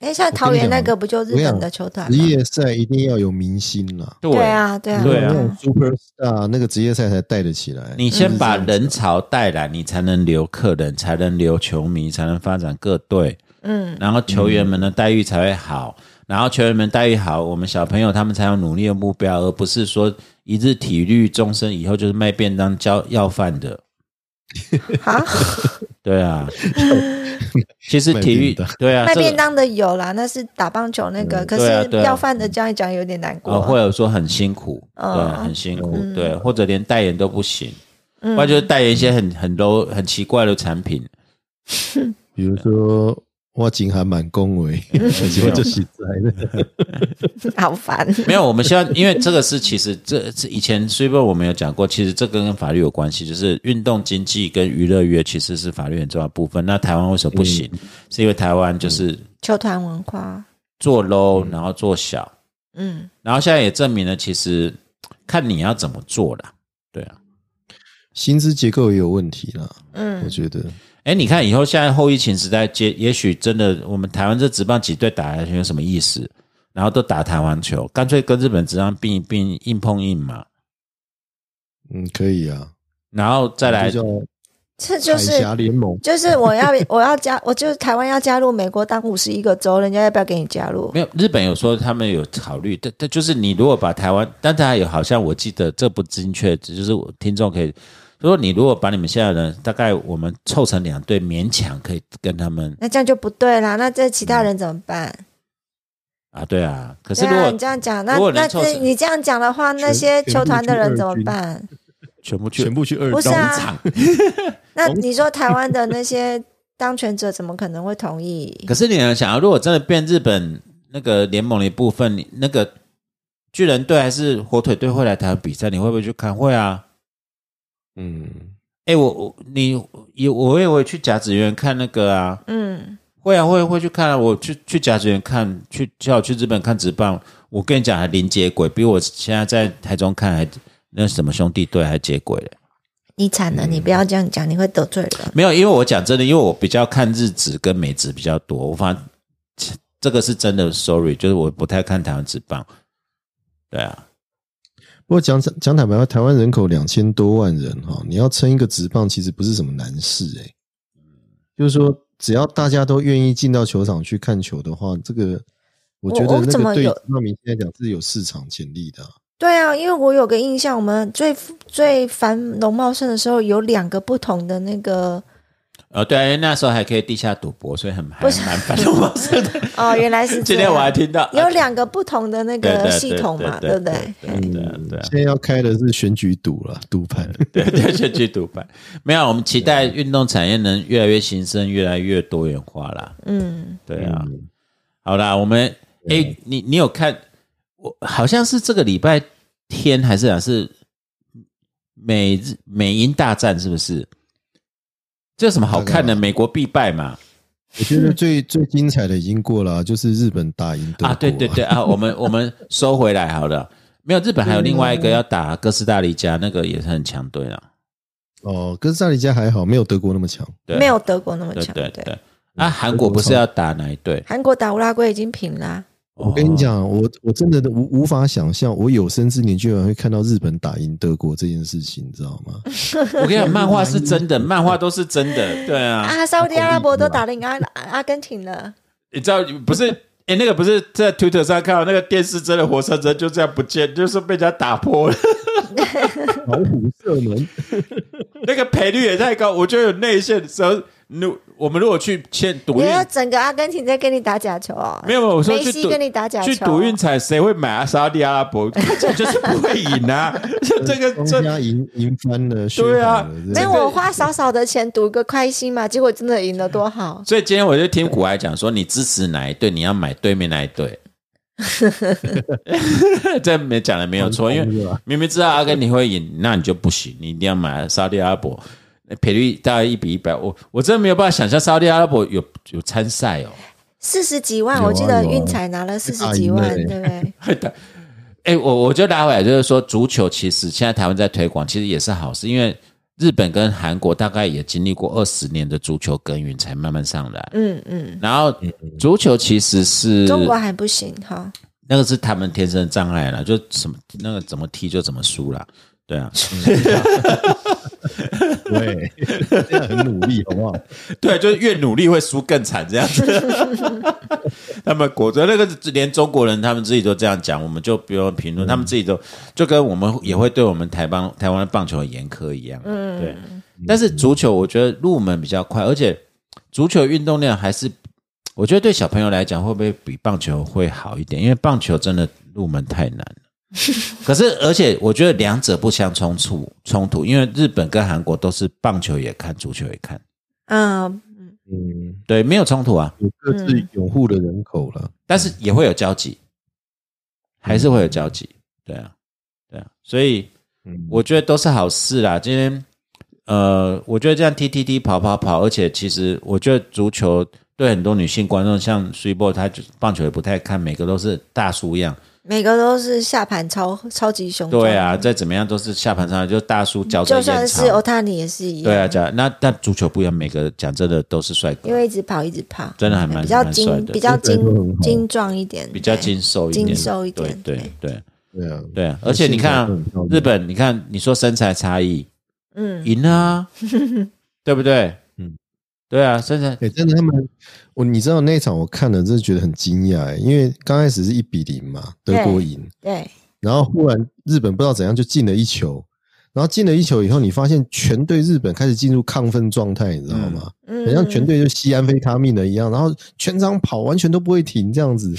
哎，像桃园那个不就日本的球团职吗？业赛一定要有明星啦，对对啊，对啊，对啊那种 super star 那个职业赛才带得起来。你先把人潮带来，你才能留客人，才能留球迷，才能发展各队。嗯，然后球员们的待遇才会好，然后球员们待遇好，我们小朋友他们才有努力的目标，而不是说一日体育终身以后就是卖便当交要饭的。嗯 *laughs* 好，对 *laughs* 啊，其实体育卖便当对啊，卖这个便当的有啦，那是打棒球那个，可对啊是对啊要饭的这样一讲有点难呃，或过。者说很辛苦，嗯嗯对，啊很辛苦，对，或者连代言都不行，不然就是代言一些很很 low 很奇怪的产品。比如说，我景还蛮恭 *laughs* 维，结果就是在啊的。好烦。 *laughs* 没有，我们希望，因为这个是其实这这以前 Super 我们有讲过，其实这个跟法律有关系，就是运动经济跟娱乐业其实是法律很重要的部分。那台湾为什么不行？是因为台湾就是球团文化，做 low，、然后做小，嗯，然后现在也证明了，其实看你要怎么做啦。对啊， *laughs* 薪资结构也有问题啦，嗯我觉得。哎，你看以后现在后疫情时代，接也许真的我们台湾这职棒几队打下去有什么意思？然后都打台湾球，干脆跟日本职棒并一并，硬碰硬嘛。嗯，可以啊，然后再来就这就叫是海峡联盟，就是我要 *laughs* 我要加，我就是台湾要加入美国当五十一个州，人家要不要给你加入？没有，日本有说他们有考虑，但但就是你如果把台湾，但他有好像我记得这不精确，只就是我听众可以，如果你如果把你们现在的人大概我们凑成两队，勉强可以跟他们那这样就不对啦，那这其他人怎么办？啊，对啊。可是对如啊，果你这样讲，那如果能那凑成这你这样讲的话，那些球团的人怎么办？全部去全部去二不是刀，啊，那哦你说台湾的那些当权者怎么可能会同意？可是你能想啊，如果真的变日本那个联盟的一部分，你那个巨人队还是火腿队会来台湾比赛，你会不会去看？会啊。嗯，哎，我我你也我也会去甲子园看那个啊。嗯，会啊，会会去看啊！我去去甲子园看，去叫我去日本看职棒。我跟你讲，还零接轨，比我现在在台中看还那什么兄弟队还接轨嘞。你惨了，你不要这样讲，你会得罪人。没有，因为我讲真的，因为我比较看日职跟美职比较多，我发这个是真的。Sorry，就是我不太看台湾职棒。对啊，不过讲讲坦白话，台湾人口两千多万人哈，你要撑一个职棒，其实不是什么难事诶、就是说，只要大家都愿意进到球场去看球的话，这个我觉我得我那怎么个对有职棒明星来讲是有市场潜力的啊、对啊，因为我有个印象，我们最最繁荣茂盛的时候，有两个不同的那个呃，对啊，因为那时候还可以地下赌博，所以很还不是蛮繁荣茂盛的。哦，原来是这 *laughs* 今样天我还听到有两个不同的那啊对对个对系统嘛，对对不对？对对对啊。现在要开的是选举赌了，*laughs* 赌盘。对对，就去赌牌。没有，我们期待运动产业能越来越兴盛，越来越多元化啦。嗯，对啊，好啦，我们诶，你你有看？我好像是这个礼拜天还是啊是美日美英大战是不是？这有什么好看的？大概吧美国必败嘛！我觉得最最精彩的已经过了啊，就是日本打赢德国啊，对对对啊，我们我们收回来好了。没有，日本还有另外嗯一个要打哥斯达黎加，那个也是很强队啊了。哦，哥斯达黎加还好，没有德国那么强。对啊没有德国那么对强。对对。啊，韩国不是要打哪一队？韩国打乌拉圭已经平啊啦、我跟你讲，我我真的无无法想象，我有生之年居然会看到日本打赢德国这件事情，你知道吗？ *laughs* 我跟你讲，漫画是真的，漫画都是真 *laughs* 的。对啊，啊！沙特阿拉伯都打赢阿阿根廷了，你知道不是？哎，那个不是在 Twitter 上看到那个电视真的活生生就这样不见，就是被人家打破了。 *laughs* 老虎射门，那个赔率也太高，我觉得有内线的时候，如我们如果去签赌你运，要哎整个阿根廷在跟你打假球哦？没有没有，我说梅去西赌跟你打假球去赌运彩，谁会买啊？沙地阿拉伯 *laughs* 看起来就是不会赢啊！ *laughs* 这这个这庄家赢赢翻了，血对啊本了所以这我花少少的钱赌个开心嘛，结果真的赢了，多好！所以今天我就听古埃讲说，你支持哪一队，你要买对面那一队。 *laughs* 这没讲的没有错，因为蛮疯的啊明明知道阿根廷会赢，那你就不行，你一定要买沙地阿拉伯，赔率大概一比一百。我我真的没有办法想象沙地阿拉伯有有参赛哦， *laughs* 四十几万，有啊我记得有啊运彩拿了四十几哎万，打赢了对不对？会打。哎、我我就拉回来，就是说足球其实现在台湾在推广，其实也是好事，因为日本跟韩国大概也经历过二十年的足球耕耘，才慢慢上来。嗯嗯，然后足球其实是中国还不行哈，那个是他们天生的障碍了，就什么那个怎么踢就怎么输啦。对啊， *laughs* 对， *laughs* 真的很努力，好不好？对，就是越努力会输更惨这样子。 *laughs* 他们果真那个连中国人他们自己都这样讲，我们就不用评论，他们自己都就跟我们也会对我们台棒台湾的棒球很严苛一样。嗯，对。但是足球我觉得入门比较快，而且足球运动量还是我觉得对小朋友来讲会不会比棒球会好一点？因为棒球真的入门太难了。可是，而且我觉得两者不相冲突冲突，因为日本跟韩国都是棒球也看，足球也看，嗯，嗯，对，没有冲突啊。有各自拥护的人口了。但是也会有交集，还是会有交集，对啊，对啊，所以嗯，我觉得都是好事啦。今天，呃，我觉得这样踢踢踢跑跑跑，而且其实我觉得足球对很多女性观众，像 s u p e 她就棒球也不太看，每个都是大叔一样，每个都是下盘超超级雄壮，对，啊，再怎么样都是下盘上来就大叔嚼着就烟算是草欧，塔尼也是一样，对啊，讲那但足球不一样，每个讲真的都是帅哥因，为一直跑一直跑，真的还蛮比较蛮帅精的比较这个很精好精壮一点，比较对精瘦一点，精瘦一点对对对对对啊，对啊，而且你看啊现在都很漂亮日本，你看你说身材差异。嗯，赢了 *laughs* 啊，对不对？嗯嗯，对啊，甚至哎、真的，他们我你知道那一场我看了，真的觉得很惊讶、欸，因为刚开始是一比零嘛，德国赢，对，然后忽然日本不知道怎样就进了一球，然后进了一球以后，你发现全队日本开始进入亢奋状态，你知道吗？嗯，很像全队就吸安非他命的一样，然后全场跑完全都不会停这样子，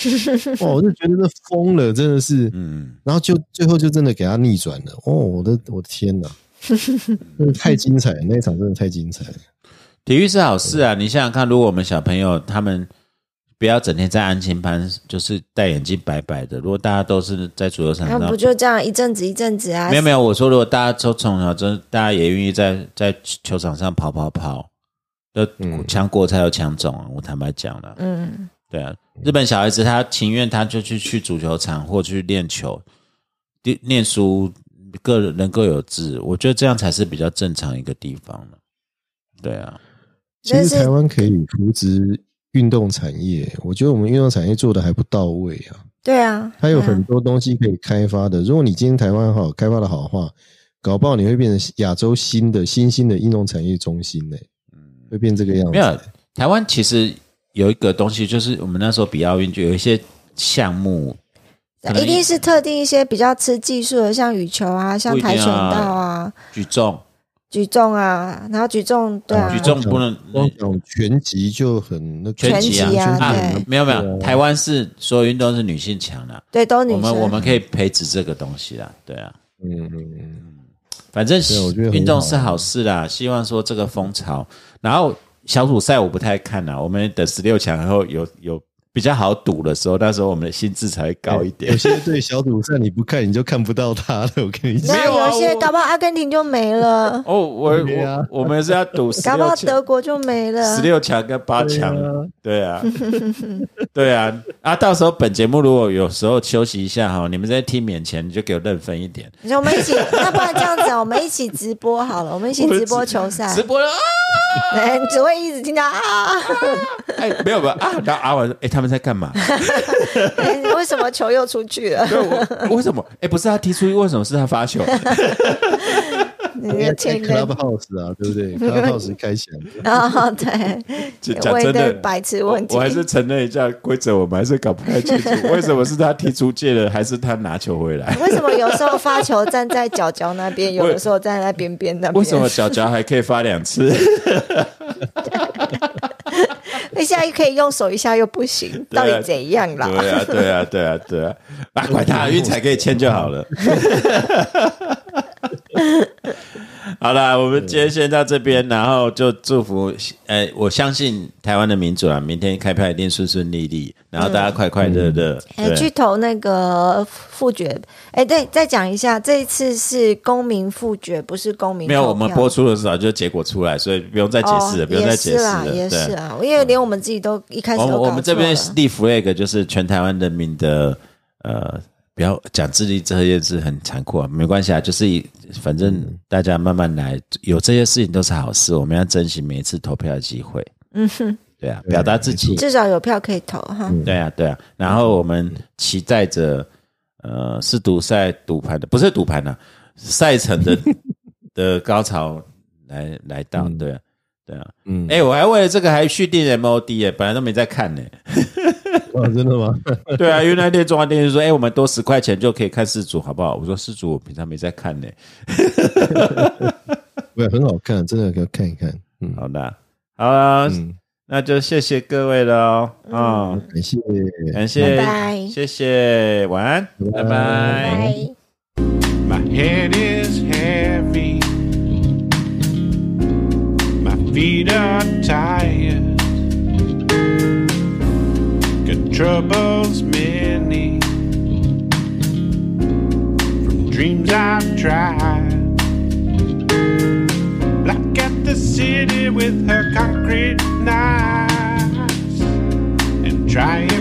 哇！我就觉得这疯了，真的是，嗯，然后就最后就真的给他逆转了，哦，我的我的 *laughs* 天哪，真的太精彩了，那一场真的太精彩了，体育是好事啊。你想想看，如果我们小朋友他们不要整天在安亲班，就是戴眼镜白白的，如果大家都是在足球场然后上不。就这样一阵子一阵子啊？嗯没有没有，我说如果大家都从小真，大家也愿意在在球场上跑跑跑，都嗯抢国才有抢种啊！我坦白讲了，嗯，对啊，日本小孩子他情愿他就去去足球场或去练球，念念书，个人人各有志，我觉得这样才是比较正常一个地方了。对啊，其但实是台湾可以扶植运动产业，我觉得我们运动产业做的还不到位啊，对啊，它有对啊很多东西可以开发的。如果你今天台湾好开发的好的话，搞不好你会变成亚洲新的新兴的运动产业中心呢、会变这个样子。嗯没有啊台湾其实有一个东西，就是我们那时候比奥运就有一些项目，可能啊一定是特定一些比较吃技术的，像羽球啊，像跆拳道啊，举重，举重啊，然后举重对啊，举重不能光讲拳击就很那个拳击啊拳击啊啊对，没有没对有，台湾是所有运动是女性强的，对都我女们生，我们可以培植这个东西啦，对啊。嗯嗯嗯，反正对我觉得很好啊运动是好事啦，希望说这个风潮。然后小组赛我不太看啦，我们等十六强然后有有比较好赌的时候，那时候我们的心智才会高一点有。些对小赌赛你不看你就看不到他了，我跟你讲没那有啊有些我搞不好阿根廷就没了，哦，我对啊我我们是要赌十搞不六好强德、国就没了十。六强跟八强，啊对啊， *laughs* 对啊，啊，到时候本节目如果有时候休息一下哈，你们在听免前你就给我认分一点，你说我们一起，那不然这样子啊，我们一起直播好了，我们一起直播球赛直， *laughs* 播了啊，哎你只会一直听到啊，哎，没有吧啊，然后阿婉说，哎，他们在干嘛？哎为什么球又出去了？对，我为什么？哎，不是他踢出去，为什么是他 *laughs* 发球？你应该的开天人 Clubhouse 啊，对不对？Clubhouse 开起来，啊，对，就有 *laughs* 讲味真的，的白痴问题我我还是承认一下规则，我们还是搞不太清楚，为什么是他踢出界了，还是他拿球 *laughs* 回来？为什么有时候发球站在角角那 *laughs* 边，有的时候站在边边那边？为什么小乔还可以发两次？一下又可以用手，一下又不行？对到啊底怎样啦？对啊，对啊，对啊，对啊，啊，管他，运彩可以签就好了。 *laughs* 好啦，我们今天先到这边，然后就祝福，呃，我相信台湾的民主啊，明天开票一定顺顺利利，然后大家快快乐乐。哎，去对，啊投那个复决。哎，对，再讲一下，这一次是公民复决，不是公民没有，投我们票播出的时候就结果出来，所以不用再解释了，哦不用再解释了。也是啦，也对是，啊，因为连我们自己都一开始我都们搞我们这边错了立 flag 就是全台湾人民的呃，不要讲智力这件事很残酷啊，没关系啊，就是以反正大家慢慢来，有这些事情都是好事，我们要珍惜每一次投票的机会。嗯哼，对啊，表达自己，至少有票可以投哈。对啊，对啊。然后我们期待着呃，是赌赛赌盘的，不是赌盘啊，赛程 *laughs* 的的高潮来来到，对啊。对啊，嗯，哎、我还为了这个还续订 MOD 耶，本来都没在看呢、哦，真的吗？ *laughs* *laughs* 对啊，因为那天中华电信说：“哎、我们多十块钱就可以看四组，好不好？”我说：“四组我平常没在看呢、对，很好看，真的要看一看。嗯，好啦，好啦，嗯那就谢谢各位了哦。啊、嗯感谢。感谢，嗯拜拜谢谢，晚安，拜拜拜。 My head is heavy. My feet are tired. Got troubles many. From dreams I've tried. Black at the city with her concrete knives. And trying